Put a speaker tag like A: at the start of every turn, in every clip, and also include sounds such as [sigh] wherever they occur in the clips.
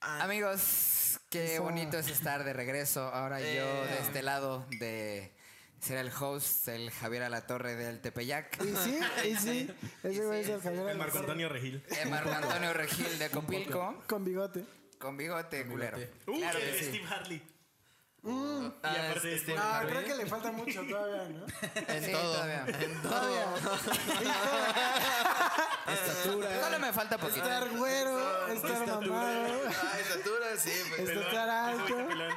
A: Amigos, qué
B: Eso. Eh.
A: bonito es estar de regreso. Ahora yo de este lado de ser el host, el Javier Alatorre del Tepeyac.
B: Y sí, y [laughs] sí. Ese güey es el Javier
C: El Marco
B: Alonso.
C: Antonio Regil.
A: Eh, Marco Antonio Regil de Copilco.
B: Con bigote.
A: Con bigote culero.
C: Uh,
A: Claro
C: eh,
A: que sí.
C: Steve Harley.
A: Ah,
C: y aparte
A: es-
C: este.
B: No, Ah, creo que le falta mucho todavía, [laughs] ¿no?
A: Sí, todavía.
B: Todavía.
A: Solo me falta poquito.
B: estar güero, estar mamado,
D: [laughs] Ah, estatura, sí. Pues.
C: pelón,
B: estar
C: ese güey
B: alto.
C: está pelón.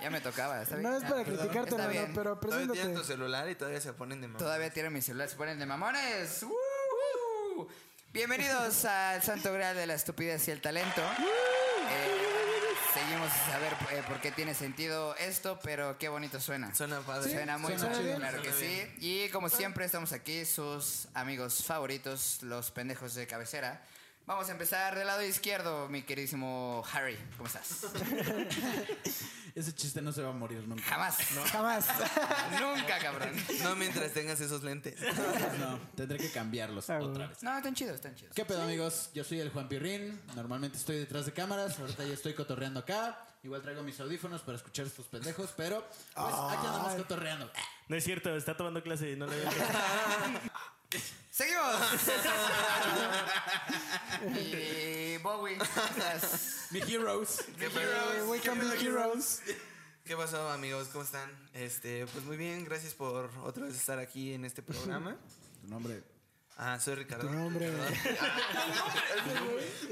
A: Ya me tocaba, está bien.
B: No es para criticarte,
A: Está
B: hermano,
A: bien.
B: pero
D: Todavía tienen tu
B: preséntate.
D: celular y todavía se ponen de mamá.
A: Todavía tienen mi celular, se ponen de mamones. ¡Woo! Bienvenidos al Santo Graal de la Estupidez y el Talento. Eh, seguimos a saber eh, por qué tiene sentido esto, pero qué bonito suena.
D: Suena padre.
A: Suena muy
B: suena
A: chido,
B: bien.
A: claro que
D: Suena
A: sí. Y como siempre, estamos aquí, sus amigos favoritos, los pendejos de cabecera. Vamos a empezar del lado izquierdo, mi queridísimo Harry. ¿Cómo estás?
E: Ese chiste no se va a morir nunca.
A: Jamás.
B: [laughs] Jamás.
A: Nunca, cabrón.
D: No mientras tengas
B: [laughs]
D: esos lentes.
E: Pues No, tendré que cambiarlos
B: Ah,
E: otra
B: bueno.
E: vez.
A: No, están chidos, están chidos.
E: ¿Qué pedo, amigos? Yo soy el Juan Pirrín. Normalmente estoy detrás de cámaras. Ahorita ya estoy cotorreando acá. Igual traigo mis audífonos para escuchar estos pendejos, pero pues, aquí andamos cotorreando.
C: No es cierto, está tomando clase. No le veo. [laughs]
B: [laughs]
A: ¡Seguimos! y Bowie. estás?
E: Mi heroes.
D: ¿Qué pedo?
B: We can be heroes.
D: ¿Qué pasó, amigos? ¿Cómo están? Este, pues muy bien, gracias por otra vez estar aquí en
B: [laughs]
D: este programa.
E: Tu nombre.
D: Ah, soy Ricardo.
B: No, hombre.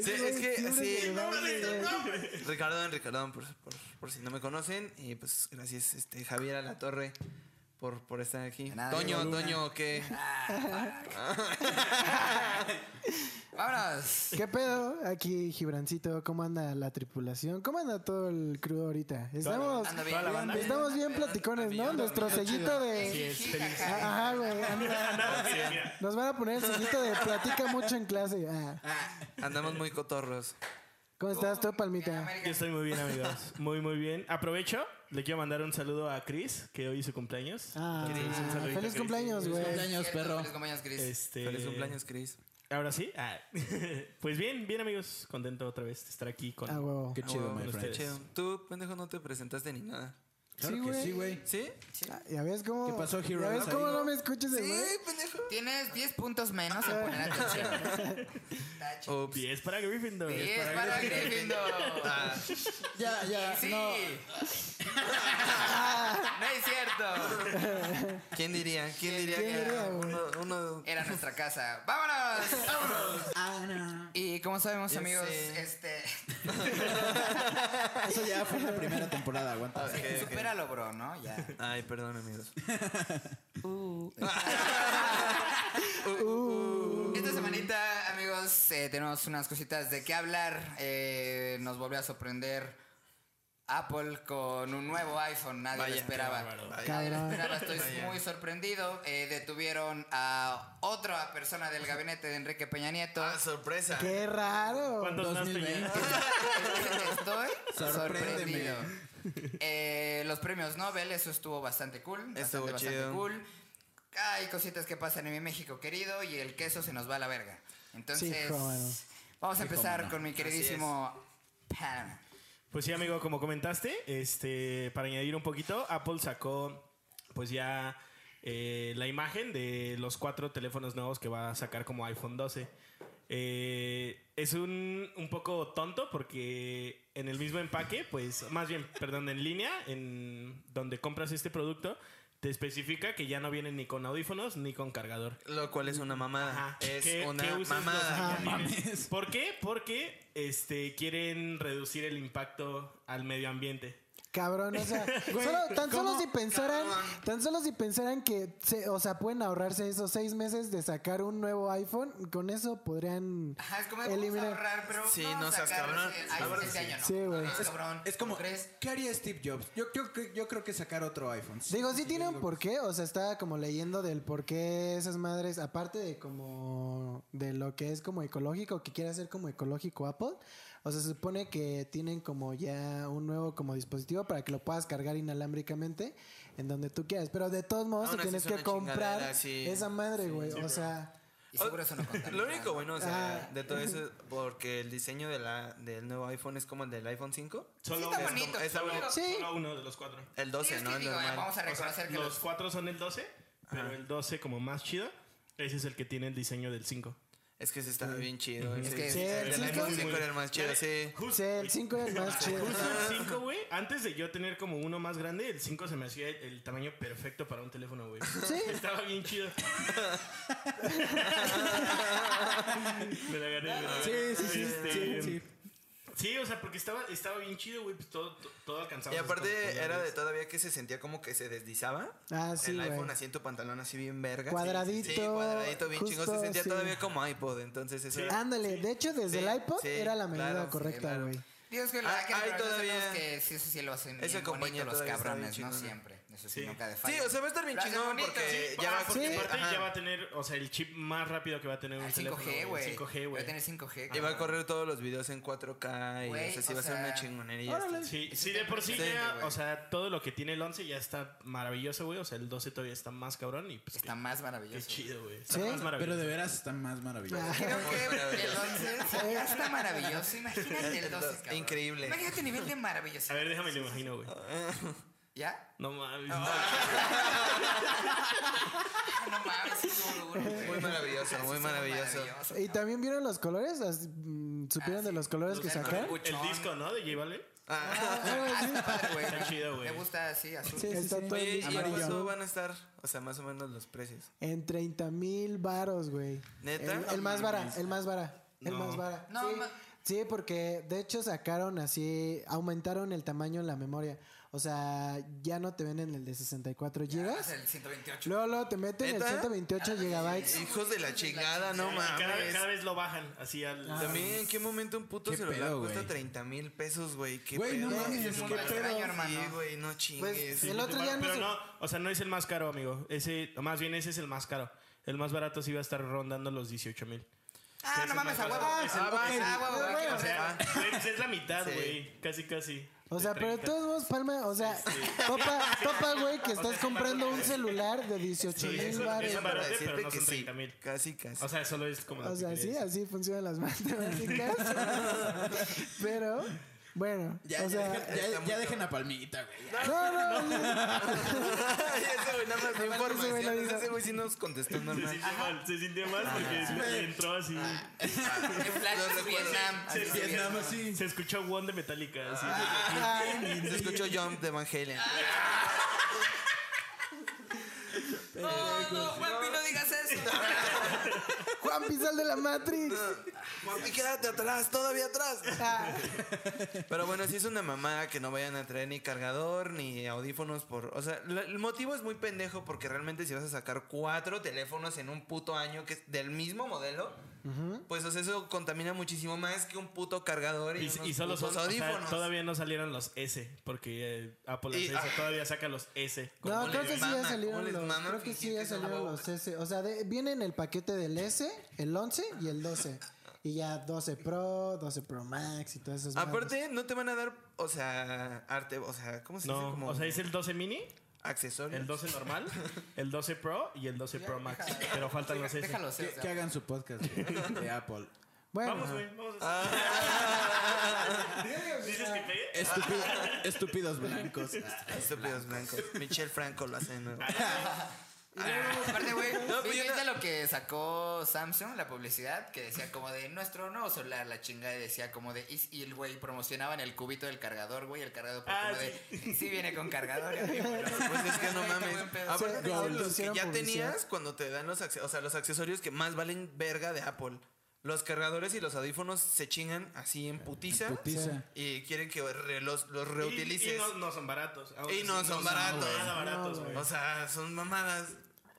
D: Sí, es que sí.
B: sí.
D: Ricardo, Ricardo, por, por, por si no me conocen. Y pues gracias, este, Javier a la torre. Por, por estar aquí.
A: De nada,
D: Toño,
A: Diego Luna. [laughs]
D: Toño, ¿qué?
A: [laughs] Vámonos.
B: ¿Qué pedo? Aquí Gibrancito, ¿cómo anda la tripulación? ¿Cómo anda todo el crudo ahorita? Estamos,
A: Anda bien.
C: Toda la banda.
B: estamos bien platicones, ¿no? Nuestro sellito de...
C: es feliz.
B: Ajá, güey. anda.
C: Sí, mira.
B: Nos van a poner el sellito de platica mucho en clase. Ah,
D: Andamos muy cotorros.
B: ¿Cómo estás tú, Palmita?
C: Yo estoy muy bien, amigos. Muy, muy bien. Aprovecho. Le quiero mandar un saludo a Chris, que hoy es su cumpleaños.
B: Ah,
C: Entonces, un saludito,
B: feliz
C: Chris.
B: cumpleaños,
E: Feliz
B: güey.
E: cumpleaños, perro.
A: Feliz cumpleaños, Chris.
C: Este,
D: Feliz cumpleaños, Chris.
C: Ahora sí. Ah. [laughs] pues bien, bien, amigos. Contento otra vez de estar aquí con.
B: Ah, huevo.
E: Qué chido,
D: Ah,
E: my
C: con
E: friend.
C: ustedes.
D: Chido. Tú, pendejo, no te presentaste ni nada.
E: Claro
B: Sí,
E: que
B: güey.
E: sí, güey.
D: ¿Sí?
B: Ah, ¿Ya ves cómo?
E: ¿Qué pasó,
B: ¿Ya
E: heroes?
B: ves cómo
E: Ahí.
B: no me escuchas, güey?
D: pendejo.
A: Tienes 10 puntos menos en poner atención. Tacho.
D: Ups.
C: 10 para Gryffindor.
A: 10 para Gryffindor.
E: Ya, ya.
A: Sí.
E: No.
A: [laughs] No es cierto.
D: ¿Quién diría? ¿Quién diría
B: ¿Quién
D: que
B: diría,
D: era
B: güey?
D: uno, uno-
A: Era nuestra casa. ¡Vámonos! ¡Vámonos! Y como sabemos,
D: Ya
A: amigos,
D: sé.
A: este.
E: Eso ya fue en la primera temporada. Aguanta.
D: Ok, ok.
A: Supéralo, bro, ¿no? Ya.
D: Ay,
A: [laughs]
D: perdón, amigos.
A: Esta semanita, amigos, eh, tenemos unas cositas de qué hablar. Eh, nos volvió a sorprender Apple con un nuevo iPhone. Nadie lo
D: Vaya,
A: esperaba.
D: qué bárbaro.
A: Nadie lo
B: Cabrón.
A: esperaba. Estoy
D: Vaya.
A: muy sorprendido. Eh, detuvieron a otra persona del gabinete de Enrique Peña Nieto.
D: Ah, sorpresa.
B: ¡Qué raro!
C: ¿Cuántos más
E: 2020.
C: tenías?
A: Ah. Estoy
E: Sorpréndeme.
A: sorprendido. Eh, los premios Nobel, eso estuvo bastante cool.
D: Estuvo
A: bastante, bastante
D: chido.
A: cool. Hay cositas que pasan en mi México querido y el queso se nos va a la verga. Entonces,
B: Sí, cómo no.
A: vamos a
E: Sí,
A: empezar
E: cómo no.
A: con mi queridísimo Pan.
C: Pues sí, amigo, como comentaste, este, para añadir un poquito, Apple sacó pues ya eh, la imagen de los cuatro teléfonos nuevos que va a sacar como iPhone 12. Eh, es un, un poco tonto porque en el mismo empaque, pues más bien, perdón, en línea, en donde compras este producto, te especifica que ya no vienen ni con audífonos ni con cargador.
D: Lo cual es una mamada.
C: Ajá.
D: Es
C: ¿Qué-
D: una
C: qué uses
D: mamada.
C: los añadidos? ¿Por qué? Porque este, quieren reducir el impacto al medio ambiente.
B: Cabrón, o
E: [laughs]
B: sea, solo- tan solo si pensaran, tan solo si pensaran que, se- o sea, pueden ahorrarse esos seis meses de sacar un nuevo iPhone, con eso podrían
A: Ajá, es como de vamos a
B: eliminar.
A: ahorrar, pero
D: Sí,
A: vamos
D: no
A: a
D: seas
A: sacar,
D: cabrón.
A: eh, iPhone
D: Ahora
A: este
D: sí.
A: año, no.
B: Sí, güey.
A: No,
B: Es-
A: cabrón.
E: Es como,
A: ¿Cómo crees?
E: ¿qué haría Steve Jobs? Yo, yo, creo- yo creo que sacar otro iPhone.
B: Digo, sí
E: Yo
B: tiene un
E: digo-
B: porqué, o sea, estaba como leyendo del por qué esas madres, aparte de como de lo que es como ecológico, que quiere hacer como ecológico Apple, o sea, se supone que tienen como ya un nuevo como dispositivo para que lo puedas cargar inalámbricamente en donde tú quieras, pero de todos modos
D: Aún
B: tú
D: así
B: tienes
D: Ah, es
B: que
D: una chingadera,
B: comprar
D: sí.
B: esa madre, güey, o sea,
A: Y seguro eso no contamina.
D: [laughs] Lo único bueno, o sea,
A: Ah.
D: de todo eso es porque el diseño de la, del nuevo iPhone es como el del iPhone 5.
A: está
C: Solo, uno.
D: Es como-
A: bonito,
D: es algo-
A: solo-
B: Sí.
C: solo uno de los cuatro.
D: el
A: Sí,
D: 12,
A: es que
D: ¿no? El
A: digo,
D: normal.
A: vamos a
C: O sea,
A: reconocer que
C: los
A: los...
C: cuatro son el 12, pero el 12 como más chido, ese es el que tiene el diseño del 5.
D: Es que se está bien chido.
A: Es
D: sí.
A: que-
D: Sí, el
B: Sí, el
D: iPhone
B: 5
D: 5 era el más chido, sí.
B: Sí, el 5 es más chido.
C: Justo
D: Ah.
C: el 5, güey. Antes de yo tener como uno más grande, el 5 se me hacía el, el tamaño perfecto para un teléfono, güey.
B: Sí.
C: Estaba bien chido. me la gané. me la gané.
B: [laughs] Sí, sí, sí,
C: Este,
B: sí, sí.
C: sí, o sea, porque estaba, estaba bien chido, güey. Pues todo, to- todo alcanzaba.
D: Y
C: esos
D: aparte
C: colores.
D: era de todavía que se sentía como que se deslizaba.
B: Ah, sí,
D: el
B: güey.
D: iPhone así en tu pantalón así bien verga.
B: Cuadradito,
D: Sí, cuadradito, bien
B: justo
D: chingón. Se sentía
B: así.
D: todavía como iPod, entonces eso
C: Sí.
D: era-
B: Ándale, de hecho, desde
D: Sí,
B: el iPod
D: sí,
B: era la medida
D: claro, sí,
B: correcta,
D: claro.
B: güey.
A: Digo, es que la
D: Ah,
A: que
D: hay
A: reconocer
D: todavía-
A: los que sí, eso sí lo hacen
D: Esa
A: bien bonito
D: compañía
A: los
D: todavía está bien
A: cabrones, ¿no?
D: chingona.
A: Siempre. Eso sí,
C: Sí.
A: nunca de
D: Sí, o sea, va a estar bien
A: Lo hacen
D: chingón
A: bonito.
D: porque
C: Sí,
D: ya va
C: ah, porque
D: porque-
C: aparte
D: ajá.
C: ya va a tener, o sea, el chip más rápido que va a
B: Ah,
C: tener un
A: Al
C: teléfono.
A: 5G,
C: güey,
A: güey.
C: el 5G,
A: Voy a
C: güey.
A: tener 5G.
D: Y va a
A: cabrón.
D: correr todos los videos en 4K y
A: Güey,
D: eso sí
A: o
D: va a ser
A: sea,
D: una chingonería.
C: Sí,
A: Eso
C: sí,
A: está
C: de por sí
D: interesante,
C: ya,
A: güey.
C: o sea, todo lo que tiene el 11 ya está maravilloso, güey. O sea, el 12 todavía está más cabrón y pues
A: Está
C: qué,
A: más
C: qué
A: maravilloso.
C: chido, güey. Está
B: Sí,
C: más
E: Pero
C: maravilloso.
E: de veras está más maravilloso.
B: Ah.
A: Creo que
D: Muy
A: el
D: maravilloso.
A: 11 sí, ya está maravilloso. Imagínate
D: [laughs]
A: el 12, cabrón.
D: Increíble.
A: Imagínate el nivel de maravilloso.
C: A ver, déjame lo imagino, güey.
A: ¿Ya?
C: No mames.
A: Ah, No mames, es duro, güey.
D: Muy maravilloso, muy
A: Sí,
D: maravilloso.
B: ¿Y también vieron los colores? As- mm, ¿Supieron
A: Ah,
B: de
A: sí.
B: los colores que
A: Los del
B: sacaron?
A: Mercurio.
C: El
A: Buchón.
C: disco, ¿no? De J Balvin.
D: Ah.
A: Ah, está padre, güey.
C: Está chido, güey.
A: Me gusta así, azul.
B: Sí, está todo
D: Oye, ¿y a
B: amarillo.
D: cuánto van a estar? O sea, más o menos los precios.
B: En 30 mil varos, güey.
D: ¿Neta?
B: El, el más vara, el más vara. El
C: No.
B: más vara.
A: No,
B: sí,
A: ma-
B: sí, porque de hecho sacaron así, aumentaron el tamaño en la memoria. O sea, ya no te venden el de
A: Ah,
B: 64
A: es
B: gigas.
A: el 128.
B: Luego, luego te meten el
D: ¿Neta?
B: 128 gigabytes.
D: Hijos de la chingada, no
C: Cada,
D: mames.
C: cada vez lo bajan así al.
D: También, ¿en qué momento un puto
E: Qué
D: celular
E: pedo, güey.
D: cuesta 30 mil pesos, güey? ¿Qué
E: Güey, no
D: pedo? Pues, Es
E: mames,
D: un
A: qué
D: mundo
A: pedo.
D: extraño,
A: hermano.
D: Sí, güey, no chingues.
B: el otro
C: Pero
B: día no
C: pero
B: se-
C: no, o sea, no es el más caro, amigo. Ese, o más bien ese es el más caro. El más barato sí va a estar rondando los 18 mil.
A: Ah, no mames, a huevo. Ah,
C: Es
B: el- ok.
A: ah, huevo,
B: Ah,
A: huevo,
B: bueno.
A: huevo.
C: O sea, [laughs] es, es la mitad,
D: Sí.
C: güey. Casi, casi.
B: O sea, pero de
C: todo
B: todos modos, Palma, o sea, topa, topa, güey, que estás comprando un celular de 18
C: Sí,
B: mil
C: eso-
B: varos.
C: eso- barato,
D: Para decirte
C: pero no
D: que
C: son
D: sí,
C: 30,000.
D: Casi, casi.
C: O sea, solo es como. lo
B: O
C: que
B: sea,
C: quería
B: sí,
C: decir.
B: así funcionan las [laughs] matemáticas. Pero, bueno, o
E: Ya, ya
B: sea,
E: dejen- ya-
D: está
E: ya
D: muy
E: dejen a Palmita, güey. ya.
B: [laughs] no, no,
D: ese güey nada más
B: Nomás ese
D: dio
B: güey lo
D: información.
B: dijo.
D: Ese güey sí nos contestó
C: Se
D: normal.
C: sintió mal, se sintió mal porque le entró así.
A: En flash
D: Los recuerdos.
A: Vietnam.
C: Sí,
A: así
C: sí,
A: de
E: Nada
A: Vietnam.
E: más sí.
C: Se escuchó One de Metallica. así.
D: Se escuchó Jump de Van Halen.
A: Oh, No,
D: Eh,
A: no, Juanpi,
D: pues,
A: no digas eso.
B: Juan Pizal de la Matrix.
D: Mami, quédate atrás, todavía atrás.
B: Ah,
D: Pero bueno, sí es una mamada que no vayan a traer ni cargador ni audífonos por... O sea, la- el motivo es muy pendejo porque realmente si vas a sacar cuatro teléfonos en un puto año que es del mismo modelo, pues o sea, eso contamina muchísimo más que un puto cargador y,
C: Y,
D: unos
C: y solo son.
D: putos
C: o sea,
D: audífonos.
C: todavía no salieron los S. Porque eh, Apple
D: Y-
C: hace eso,
D: ah.
C: todavía saca los S. como
B: no,
D: les
B: creo que sí ya
D: mama? ¿Cómo
B: salieron
D: les
B: los,
D: mama
B: creo que sí
D: fingir
B: ya
D: que son
B: salieron
D: huevo?
B: los S. O sea, de- vienen el paquete del S, el 11 y el 12. Y ya 12 Pro, 12 Pro Max y todas esas madres.
D: Aparte, no te van a dar, o sea, arte, o sea, ¿cómo se dice?
C: No,
D: Como
C: o sea, es el 12 mini,
D: accesorios. [laughs]
C: el 12 normal, el 12 Pro y el 12 Pro Max. Pero faltan los S.
A: Déjalo
E: Que,
A: ser.
E: que hagan su podcast güey, [laughs] de Apple.
B: bueno,
C: Vamos, güey, vamos.
D: Ah.
C: ¿Dices que pegué?
D: Eh,
E: Estupi- estúpidos blancos.
D: Estúpidos blancos. Michelle Franco lo hace de nuevo.
A: Ah, Aparte, güey,
D: No, pero yo
A: ¿viste
D: no-
A: lo que sacó Samsung, la publicidad? Que decía como de nuestro nuevo celular, la chingada, y decía como de... Y, y el güey promocionaban el cubito del cargador, güey, el cargador por
C: Ah,
A: como de... Sí viene con cargador. y así, bueno,
D: Pues es que no
A: güey, qué
D: mames. Ah,
A: buen pedo.
D: Aparte,
B: Sí,
D: todos
B: gold.
D: los que
B: Hicieron
D: ya
B: publicidad.
D: tenías cuando te dan los accesorios, o sea, los accesorios que más valen verga de Apple. Los cargadores y los audífonos se chingan así en putiza.
E: En putiza.
D: Y quieren que re- los, los
C: Y,
D: reutilices.
C: y no, no son baratos. Aún
D: Y no
C: así,
D: son baratos.
C: nada baratos, güey.
D: O sea, son mamadas.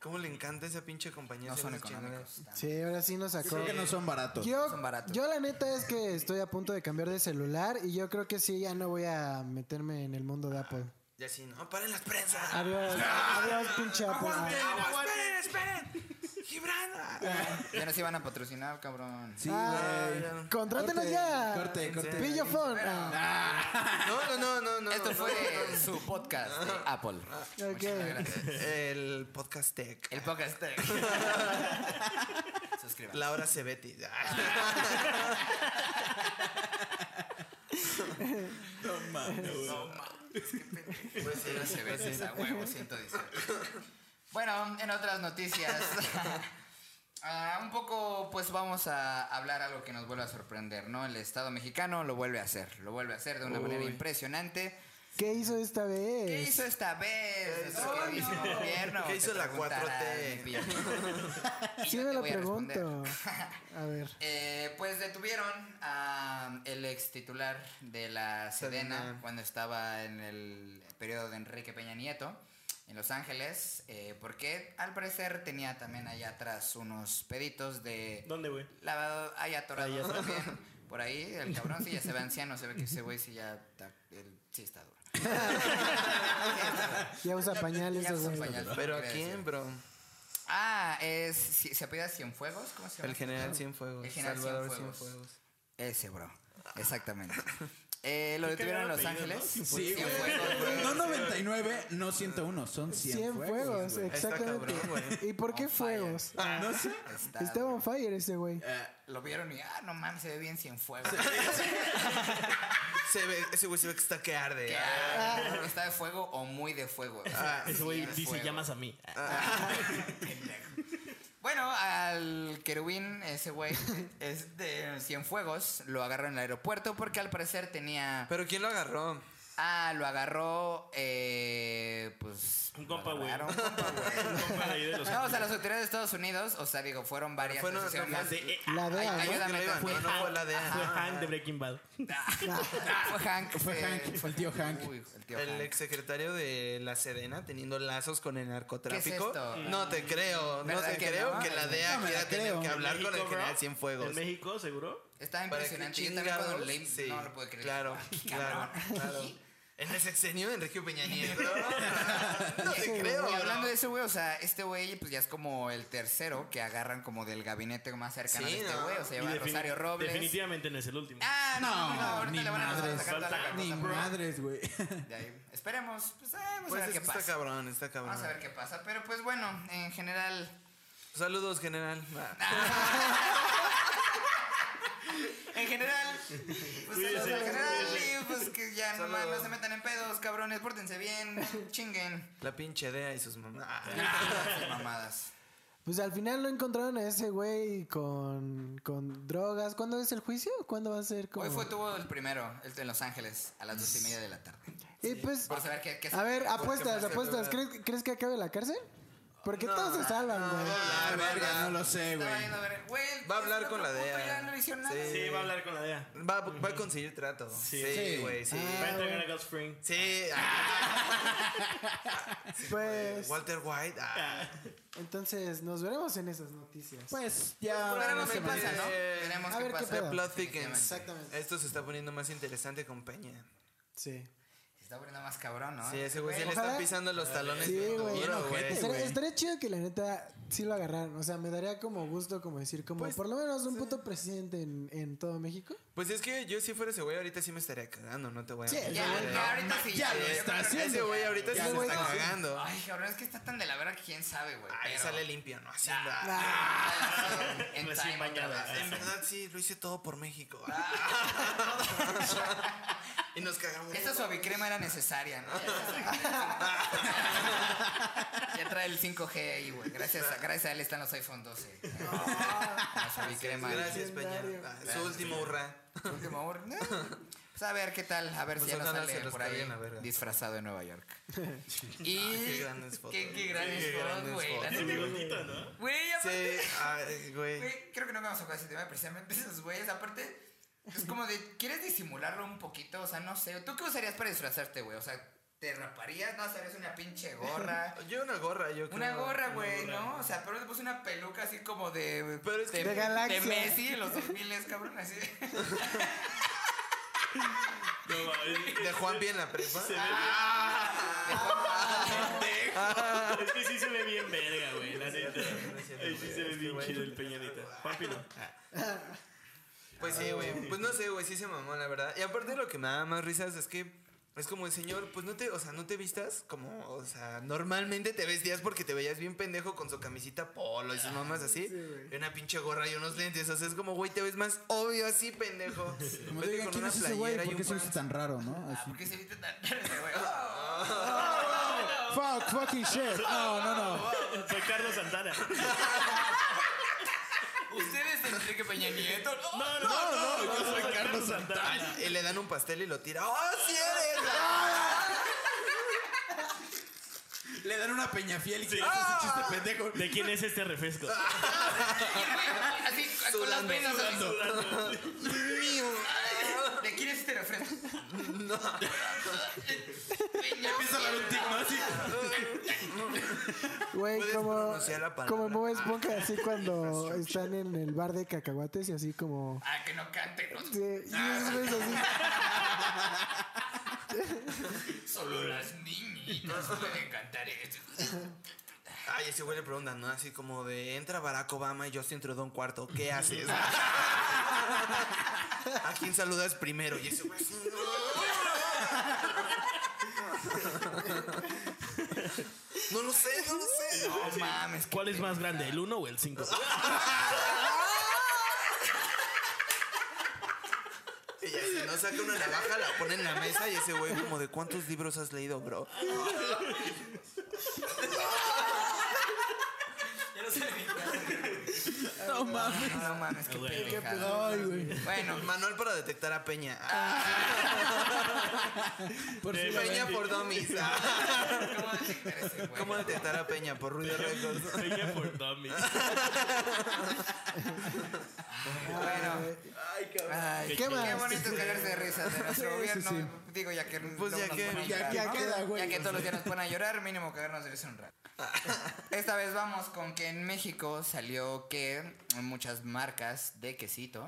D: ¿Cómo le encanta esa pinche compañía?
A: No
D: hacer
A: son
D: esas
A: económicos.
D: chingaderas?
B: sí, ahora sí nos sacó.
E: Creo que no son baratos.
B: Yo,
A: Son baratos.
B: yo la neta es que estoy a punto de cambiar de celular y yo creo que sí, ya no voy a meterme en el mundo de Apple.
D: Y así, no, paren las prensas.
B: Adiós, adiós, pinche Apple.
D: Aguas, ¡Esperen,
A: [laughs]
D: esperen! ¡Gibran!
A: Ya nos iban a patrocinar, cabrón.
E: Sí,
B: Ah,
E: güey.
B: Contrátenos
E: Corte,
B: ya.
E: Corte, corte.
D: serio.
B: Pillofón. Ah,
D: No, no, no, no, no.
A: Esto
D: no,
A: fue
D: no, no. Ah.
A: su podcast de Apple.
B: ok.
A: Muchísimas gracias.
D: [laughs] el podcast tech.
A: El podcast. Sus
F: escriban.
D: Laura Cebetti.
E: No mames.
A: Pues sí, no se ve, es a huevo, 118. Bueno, en otras noticias.
B: [laughs]
A: ah, un poco, pues vamos a hablar algo que nos vuelve a sorprender, ¿no? El Estado mexicano lo vuelve a hacer, lo vuelve a hacer de una manera impresionante.
B: ¿Qué hizo esta vez?
A: ¿Qué hizo esta vez? nuestro
D: hizo?
A: queridísimo gobierno?
D: ¿Qué
A: Te
D: hizo la
A: preguntará
D: 4T?
A: mi pillo. Y
B: Sí
A: yo
B: me
A: te
B: lo
A: voy a responder.
B: pregunto.
A: [laughs]
B: A ver.
A: Eh, pues detuvieron a el ex titular de la Sedena
D: Sedena.
A: cuando estaba en el periodo de Enrique Peña Nieto en Los Ángeles, eh, porque al parecer tenía también allá atrás unos peditos de
C: ¿Dónde, güey?
A: lavado, ahí
C: Ahí
A: atorado
C: está.
A: también. Por ahí, el cabrón sí ya se ve anciano, se ve que ese güey sí ya está, él sí está duro. Sí está
B: Ya usa pañales.
A: Ya
B: o
A: usa
B: sea,
A: pañales.
D: ¿Pero a
A: Gracias.
D: quién, bro?
A: duro. Ah, es, sí, ¿se apellida Cienfuegos? ¿Cómo se llama?
D: El general Cienfuegos.
A: El general
D: Salvador
A: Cienfuegos.
D: Cienfuegos.
A: Ese, bro.
C: [laughs]
A: Exactamente. Eh, lo
C: Qué
A: detuvieron en
C: cagado
A: Los
C: apellido, ¿no?
A: Ángeles.
E: Sí, güey. No 99, no 101, son 100,
B: 100 fuegos,
E: güey.
D: Está
B: exactamente.
D: cabrón,
A: [laughs]
D: güey.
B: ¿Y por qué
A: On fire. [laughs]
B: fuegos?
E: No sé.
A: Está-
B: Estaba on fire ese güey.
A: Lo vieron y, ah, no mames, se ve bien Cienfuegos.
D: Se ve, ese güey se ve que está que arde. ¿eh?
A: Que, ah, Está de fuego o muy de fuego.
D: Ah,
C: Ese güey
A: Cienfuegos.
C: dice llamas a mí. Ah,
A: Bueno, al querubín, ese güey, [laughs] es de Cienfuegos, lo agarró en el aeropuerto porque al parecer tenía...
D: ¿Pero quién lo agarró?
A: Ah, lo agarró, eh, pues...
C: Un
A: lo
C: compa, güey.
A: agarraron, un compa, güey.
C: [laughs] Un compa de ahí de Los
A: No, o sea,
C: Ángeles.
A: las autoridades de Estados Unidos, o sea, digo, fueron varias
D: Fueron-
A: asociaciones.
D: las
C: de-
B: La
A: Ay,
B: DEA, ¿no?
A: ayuda.
D: Que lo iban,
A: Fue
D: no, no fue la de...
C: Fue Hank de Breaking Bad.
A: fue Hank.
E: Fue
A: eh,
E: Hank, el tío Hank.
A: Uy, el tío
D: El
A: Hank.
D: exsecretario de la Sedena teniendo lazos con el narcotráfico.
A: esto?
D: No te creo, no
A: ¿Verdad
D: te
A: que
D: creo
A: no?
D: que la DEA
E: No me la
D: quiera tener
E: creo.
D: que
E: En
D: hablar con el
C: México,
D: general
C: bro.
D: Cienfuegos.
C: ¿En México, seguro?
A: Estaba
D: ¿Para qué
A: impresionante. Yo también cuando
D: chingados?
A: leí,
D: Sí,
A: no lo puedo creer.
D: Claro,
A: Ah, qué
D: claro,
A: cabrón. [laughs]
D: claro. En el sexenio de Enrique Peña Nieto. No te
A: Y-
D: creo.
A: Y hablando
D: bro.
A: de eso, güey, o sea, este güey pues ya es como el tercero que agarran como del gabinete más cercano
D: Sí,
A: de este
D: ¿no?
A: güey. O sea,
C: Y
A: lleva a
C: defini-
A: Rosario Robles.
C: Definitivamente no es el último.
A: Ah, no, no, no,
E: No,
A: ahorita
E: ni
A: le van a sacar
E: madres.
A: toda la
E: Ni
A: cartota, bro.
E: madres, güey.
A: De ahí. Esperemos, pues eh, vamos
D: Pues
A: a ver
D: es
A: qué
D: que está
A: pasa.
D: cabrón, está cabrón.
A: Vamos a ver qué pasa. Pero pues bueno, en general,
D: Saludos, general.
A: En general, pues
C: Cuídense,
A: saludos en general
C: cuídense.
A: y pues que ya no,
D: Saludos.
A: no se metan en pedos, cabrones, pórtense bien,
D: [laughs]
A: chinguen.
D: La pinche DEA y sus ah, mamás.
A: Sus mamadas.
B: Pues al final no encontraron a ese güey con, con drogas. ¿Cuándo es el juicio? ¿Cuándo va a ser? Como...
A: Hoy fue tuvo el primero, el en Los Ángeles, a las dos y media de la tarde.
B: Y pues,
A: Por saber qué, qué
B: a ver,
A: por qué
B: apuestas,
A: pasa.
B: apuestas. ¿Crees, crees que acabe en la cárcel? Porque todos se salvan,
A: [laughs]
B: güey.
E: Ah, verga, no lo sé,
A: Estaba
E: güey.
A: yendo a ver, güey, el-
D: Va a hablar
A: el
D: con la
A: otro puto
D: DEA.
A: ya no le hicieron nada.
D: Sí.
C: Sí, va a hablar con la DEA.
D: Va, va a conseguir trato. Sí,
E: Sí.
D: güey, sí.
C: Va a entregar a Ghost Spring.
D: Sí. ah,
B: Pues,
D: Walter White. ah.
B: entonces nos veremos en esas noticias.
E: Pues ya.
A: Veremos
E: no
A: qué
E: sé, güey.
A: pasa, ¿no?
D: Eh,
A: Veremos
B: a
A: qué
B: ver qué
A: pasa.
B: pedo.
D: Plot thickens.
B: Exactamente.
D: Esto se está poniendo más interesante con Peña.
B: Sí.
A: Se está poniendo más cabrón, ¿no?
D: Sí, ese güey se le
B: Ojalá-
D: están pisando los talones.
B: Sí,
D: bien
B: güey.
D: duro, güey.
B: Estaría, estaría chido que la neta sí lo agarraran. O sea, me daría como gusto como decir, como por lo menos un puto presidente en, en todo México.
D: Pues es que yo si fuera ese güey ahorita sí me estaría cagando, no te voy a...
B: Sí,
D: mentir.
A: Ya,
B: Ya,
A: ya, ahorita sí.
E: ya lo
A: eh,
E: está
A: pero-
E: haciendo.
D: Ese güey ahorita
B: Ya
D: sí
B: lo
D: se está
B: está
D: cagando.
A: Ay, cabrón, es que está tan de la verga que quién sabe, güey.
D: Ahí
A: pero-
D: sale limpio, ¿no? Haciendo...
B: Ah,
A: Ah, en
C: Recién
A: time otra
C: bañado.
A: vez.
D: En verdad sí, lo hice todo por México. [laughs] y nos cagamos.
A: Esta suavicrema era necesaria, ¿no? Ya trae el 5G ahí, güey. Gracias, a- gracias a él están los iPhone 12. La suavicrema.
D: Gracias, Peña. Ah, Su último hurra.
A: Último hor- eh. Pues a ver qué tal, a ver si
D: Pues
A: ya nos
D: ojalá
A: sale
D: se los
A: por ahí
D: carguen la verga. Ah,
A: disfrazado en Nueva
D: [laughs]
A: York. Y
D: qué grandes
A: [laughs]
D: fotos.
A: Qué, qué grandes
D: Qué
A: fotos,
D: grandes
A: güey. La
D: fotos.
C: Ese
A: neta,
C: bigotito, ¿no?
A: Güey, aparte-
D: [laughs] Sí, ay, güey.
A: Güey, creo que no vamos a jugar ese tema precisamente [laughs] esos güeyes. Aparte, es como de, ¿quieres disimularlo un poquito? O sea, no sé. ¿Tú qué usarías para disfrazarte, güey? O sea, ¿te raparías? ¿No? ¿Sabes? Una pinche
D: [laughs]
A: gorra.
D: Yo una gorra, yo creo.
A: Una gorra, güey, ¿no? O sea, pero te puse una peluca así como de...
D: Pero es que-
B: De galaxia.
A: de Messi en los 2000, cabrón,
D: [laughs]
A: así. [laughs]
C: No, mames.
D: De Juan bien la prepa.
C: Se ve
D: Ah,
C: bien- [laughs] Es que sí se ve bien verga, güey, la neta. Ahí sí se ve bien chido el peñanita. Papi, no.
A: Ah.
D: Pues sí, güey. Pues no sé, güey, sí se mamó, la verdad. Y aparte lo que me da más risas es que Es como el señor, pues no te, o sea, no te vistas como, o sea, normalmente te vestías porque te veías bien pendejo con su camisita polo y
A: Ah,
D: sus mamás así, y una pinche gorra y unos lentes, o sea, es como, güey, te ves más obvio así, pendejo.
E: Como
D: Vete
E: digan,
D: con
E: ¿quién
D: una
E: es ese güey?
D: playera y
E: ¿Por qué
D: un
E: se viste
D: pants.
E: tan raro, no? [laughs] Así.
A: ¿Por qué se viste tan verde,
D: [laughs]
A: güey? Oh,
B: Fuck, fucking shit. No, no, no.
C: Soy Carlos Santana.
A: ¿Usted es Enrique Peña
D: [laughs]
A: Nieto? No.
C: No, no, no, yo soy Carlos Santana.
D: Y le dan un pastel y lo tira. ¡Oh, sí eres!
E: Le dan una peña fiel y
C: Sí.
E: que ¡Ah! ese chiste pendejo.
C: ¿De quién es este refresco?
A: Así, con las
D: Sudando,
A: venas. así.
D: mío!
A: ¿De quién es este refresco?
D: [laughs]
A: No.
E: [laughs] Empieza la ventina así.
B: Güey,
D: Puedes
B: como,
D: pronunciar la palabra.
B: como en Bob Esponja, así
D: [laughs]
B: cuando están en el bar de cacahuates y así como...
A: Ah, que no cante. ¿no?
B: Sí, y esos güeyes así.
A: Solo las
B: [laughs]
A: niñitas pueden cantar esto.
D: Ay, ese güey le preguntan, ¿no? Así como de entra Barack Obama y Justin Trudeau un cuarto, ¿qué [laughs] haces? ¿A quién saludas primero? Y ese güey así, "No". No lo sé, no lo sé.
A: No
B: [laughs]
A: mames.
C: ¿Cuál es más grande, el 1 o el 5?
D: Y ya si no saca una navaja, la pone en la mesa y ese güey como de ¿cuántos libros has leído, bro?
A: Ya no sé.
E: [laughs] No mames.
A: No mames, qué
C: Ah, Güey.
A: pendejada.
E: Ay, güey.
A: Bueno,
D: Manual para detectar a Peña. Ah,
E: Por si la
D: Peña por dummies. Ah,
A: ¿cómo detectar ese güey?
D: ¿Cómo detectar a Peña? Por ruido récords. [laughs]
C: Peña por dummies.
A: Bueno. Ay,
B: ¿Qué
A: qué
B: más?
A: bonito cagarse de risa de nuestro
B: Sí,
A: gobierno.
B: sí,
A: Digo, ya que.
D: Pues ya
A: nos
D: que-
A: ponen a
D: ya
A: llorar,
B: que
A: ¿no?
B: queda, güey,
A: Ya que
B: o
A: todos los días nos ponen a llorar, mínimo cagarnos de risa un rato. Esta vez vamos con que en México salió que muchas marcas de quesito.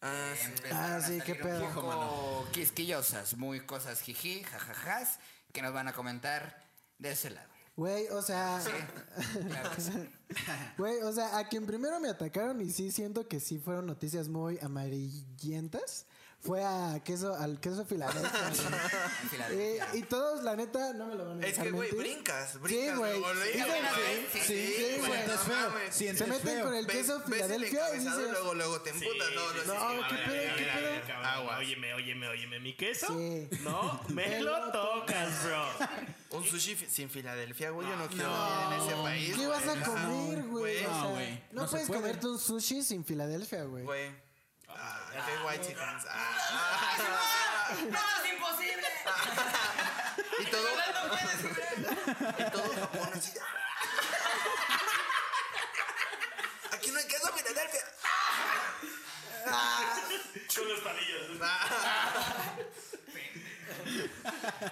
D: Ah,
A: eh,
D: sí.
A: empezaron
B: Ah,
A: a
B: sí, qué
A: salir
B: pedo.
A: Un poco quisquillosas, muy cosas jiji, jajajas, que nos van a comentar de ese lado.
B: Güey, o sea...
A: Sí, claro que sí.
B: [laughs] Güey, o sea, a quien primero me atacaron y sí siento que sí fueron noticias muy amarillentas fue a queso, al queso
D: [laughs]
B: Filadelfia.
A: En
B: güey. Eh,
A: Filadelfia.
B: y todos, la neta, no me lo van a
D: Es
B: dejar
D: que, güey,
B: mentir.
D: brincas, brincas.
B: Sí, güey.
D: luego, luego,
B: Sí,
D: luego,
A: güey.
D: sí,
A: Sí,
D: sí,
B: sí,
D: güey,
B: sientes
D: no
E: feo,
D: mames.
E: sientes
B: Se meten
E: feo.
B: con el
D: Ves-
B: queso
D: ves el
B: Filadelfia y
D: encabezado y
B: dices...
D: luego, luego te emputas. no, no,
B: No,
D: sí,
B: ¿qué
D: sí,
B: pedo,
D: sí,
B: qué
D: sí,
B: pedo?
D: sí,
C: Cabrón,
D: Aguas.
C: Óyeme, óyeme, óyeme, mi queso.
B: Sí.
C: No, me lo tocas, bro.
D: Un sushi fi- sin Filadelfia, güey, yo no quiero vivir en ese país.
B: Ah, ¿Qué vas
D: güey.
B: a comer, güey?
D: güey,
B: O
E: no,
B: sea,
E: güey.
B: no,
E: No se
B: puedes
E: puede.
B: comerte un sushi sin Filadelfia, güey.
D: Güey. Ah, qué guay, chicas. Ah,
B: [laughs]
A: ¡No, es imposible!
D: y todo,
A: ¡No puedes creer!
D: y todo Japón así. ah. Aquí no hay queso Filadelfia.
C: Con los palillos.
D: Ah.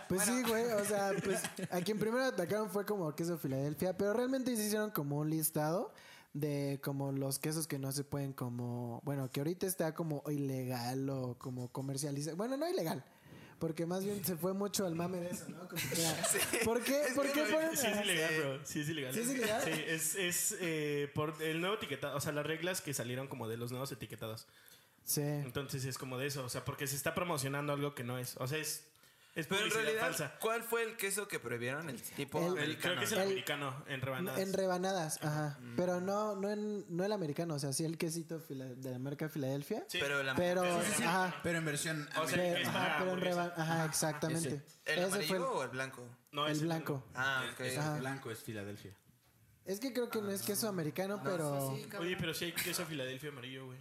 B: Pues sí, güey, o
C: [laughs]
B: sea, pues a quien primero atacaron fue como queso Filadelfia, pero realmente se hicieron como un listado de como los quesos que no se pueden como, bueno, que ahorita está como ilegal o como comercializar, bueno, no ilegal. Porque más bien se fue mucho al mame de eso, ¿no? Como que,
C: [laughs]
B: ¿Por qué?
D: Es
B: ¿Por
D: que
B: qué
D: no-
B: fueron?
C: Sí, es ilegal, bro. Sí, es ilegal.
B: Ah, ¿Sí es ilegal?
C: Sí, es, es, eh, por el nuevo etiquetado. O sea, las reglas que salieron como de los nuevos etiquetados.
B: Sí.
C: Entonces es como de eso. O sea, porque se está promocionando algo que no es. O sea, es, es
D: Pero en
C: publicidad
D: realidad,
C: falsa.
D: ¿cuál fue el queso que prohibieron? El tipo
B: El-
C: El-
D: americano.
C: creo que es el,
B: El-
C: americano en rebanadas.
B: En rebanadas, ajá. Pero no, no, en, no el americano, o sea, sí el quesito fila- de la marca Filadelfia.
C: Sí.
D: Pero el am-
B: Pero,
C: Sí, sí, sí.
B: ajá.
E: Pero en versión.
C: O sea,
B: Pero,
C: es
B: ajá,
C: para
B: pero en
C: hamburguesa.
B: reban- Ajá, exactamente.
D: ¿El
B: Ese fue
D: amarillo
B: el,
D: o el blanco?
C: no,
B: el
C: es
B: blanco.
D: Ah, ok.
B: Ajá.
E: eh, blanco es Filadelfia.
B: Es que creo que no es queso americano, pero.
C: Oye, pero sí hay queso Filadelfia amarillo, güey.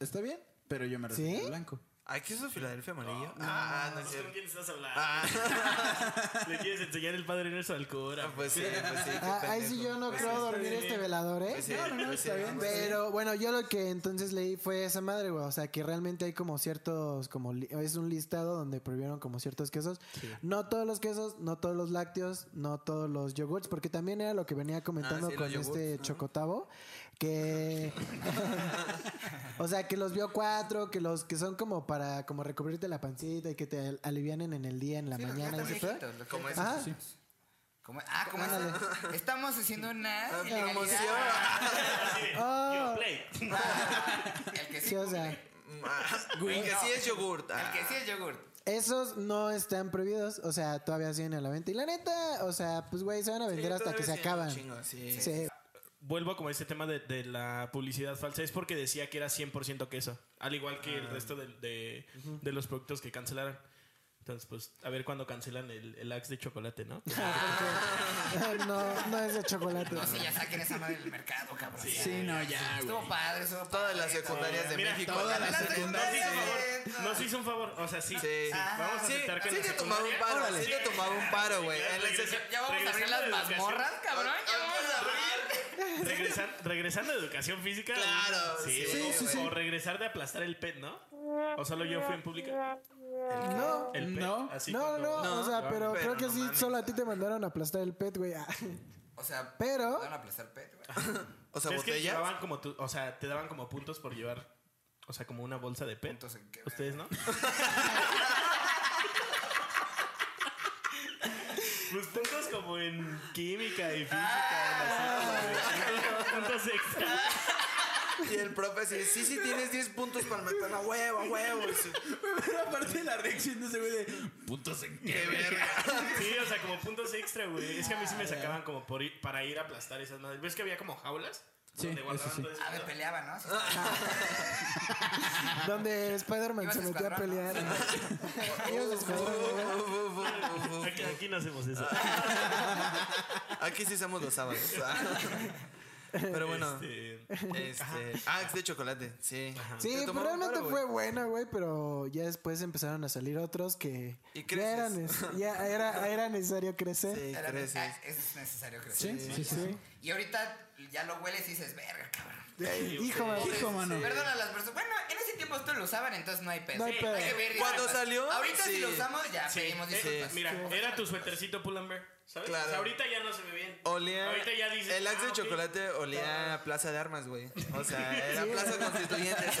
E: Está bien, pero yo me refiero
B: ¿Sí?
E: al blanco.
D: ¿Hay queso Filadelfia amarillo? Ah, no es
C: No sé
D: cierto.
C: con quién estás hablando.
D: Ah.
C: Le quieres enseñar el padre nuestro al cura.
D: Ah, pues sí, pues sí. qué
B: Ah, ahí sí
D: pendejo.
B: yo no
D: Pues
B: creo
D: sí,
B: dormir
C: bien.
B: este velador, ¿eh?
D: pues sí, pues sí, vamos.
B: Pero bueno, yo lo que entonces leí fue esa madre, güey. O sea, que realmente hay como ciertos, como li- es un listado donde prohibieron como ciertos quesos. No todos los quesos, no todos los lácteos, no todos los yogurts, porque también era lo que venía comentando
D: Ah, sí, los
B: con este
D: yogurts, ajá.
B: chocotavo,
D: [laughs]
B: que... o sea, que los vio cuatro, que los que son como para como recubrirte la pancita y que te al- alivianen en el día, en la
A: Sí, los que
B: mañana.
A: están
B: y ese pedo.
A: viejitos, los que
D: Como
A: están-
B: Ajá.
A: como- Ah, como esa- Estamos haciendo una
D: promoción.
A: ilegalidad.
C: Así de,
B: Ah.
C: "Yo, play".
A: El que sí
B: Sí, o sea,
A: cumple.
B: Eh,
D: El mm, ah, que sí es yogurt.
A: El
D: ah.
A: que sí es yogurt.
B: Esos no están prohibidos, o sea, todavía siguen a la venta. Y la neta, o sea, pues güey, se van a vender hasta que se
D: Todavía sí, un
B: acaban.
D: chingo, sí.
B: Sí. [laughs]
C: Vuelvo como a este tema de, de la publicidad falsa. Es porque decía que era 100% queso. Al igual que el resto de, de- de los productos que cancelaron. Entonces, pues, a ver cuándo cancelan el, el Axe de chocolate,
D: [laughs]
C: ¿no?
B: no, no es de chocolate.
A: No sé, ya saquen esa madre del mercado, cabrón.
E: Sí, no, ya, güey.
A: Estuvo padre, estuvo padre.
D: Todas las secundarias de
C: Mira,
D: México.
E: todas
D: ganan
E: las
D: el
C: Nos
A: secundarias.
C: hizo un
D: secundario.
C: favor. Nos hizo un favor. O sea, sí.
D: Sí.
C: Vamos a
D: Sí,
C: aceptar que
D: sí
C: en
D: te
C: la
D: tomaba un
C: secundaria-
D: paro, sí te tomaba un paro, güey.
C: ya
D: En la
C: regresé.
D: sec-
A: Ya vamos a abrir
C: Regresando
A: las
C: de educación.
A: mazmorras, cabrón. Ya vamos a abrir.
C: Regresan- regresando de educación física.
D: Claro,
C: Sí,
D: sí,
C: o,
D: sí,
C: o regresar de aplastar el pet, ¿no? O solo yo fui en pública.
B: No.
C: El pet.
E: No.
C: así
B: No,
C: cuando-
B: no, no, o sea, pero,
D: pero
B: creo que
D: no
B: sí,
D: mames. ah.
B: solo a ti te mandaron a aplastar el pet, güey. Ah,
D: [laughs]
A: O sea,
B: Pero-
A: Van a aplastar pet, güey.
D: O sea,
C: es que te
D: botella.
C: daban como tu- o sea, te daban como puntos por llevar, o sea, como una bolsa de pet.
A: Puntos en qué,
C: Ustedes no. [laughs] pues puntos como en química y física. en así, como de puntos extra.
D: Y el profe dice, sí, sí, tienes 10 puntos para meter la huevo, huevo. Y dice,
E: [laughs] Pero aparte de la reacción de ese güey de puntos en qué.
D: Qué verga.
A: Ah.
C: Sí, o sea, como puntos extra, güey. Es que a mí sí me sacaban como por ir- para ir a aplastar esas madres. ¿Ves que había como jaulas?
E: Sí,
C: donde guardaban
E: eso sí.
C: todo ese
A: A ver,
C: pedo?
A: Ah, peleaba, ¿no? Sí,
B: donde Spider-Man
A: Ibas
B: se metió a
A: escuadrón, ¿no?
B: pelear.
D: [laughs]
B: [laughs] Ibas escuadrón, güey.
C: Aquí, aquí no hacemos eso.
A: Ah,
D: [laughs] Aquí sí estamos los sábados. [laughs] Pero bueno.
C: Este,
D: Este, ah, es de chocolate, sí.
B: Sí,
D: Te
B: pero
D: tomaron
B: realmente
D: paro, güey.
B: fue buena, güey, pero ya después empezaron a salir otros que
D: Y
B: ya, eran,
D: creces.
B: nes- ya era, era necesario crecer.
D: Sí,
A: Era-
D: creces.
A: ah, es necesario
E: Sí,
A: crecer.
E: sí, sí.
A: Y ahorita ya lo hueles y dices, verga, cabrón.
B: Hijo, man.
E: Hijo, mano.
A: Perdón a las personas. Bueno, en ese tiempo todos lo usaban, entonces no hay pedo.
B: No hay
A: Sí,
B: pedo.
A: que pedir
D: Cuando
A: disculpas.
D: salió,
A: Ahorita si
D: sí.
A: lo usamos, ya
C: Sí,
A: pedimos
C: eh,
A: disculpas.
C: mira, era tu suétercito Pull&Bear, ¿sabes?
D: Claro.
C: O sea, ahorita ya no se ve bien.
D: Olía.
C: Ahorita ya dices,
D: el axe
C: ah,
D: de
C: ok. [laughs]
D: chocolate olía a plaza de armas, güey. O sea, era plaza constituyentes.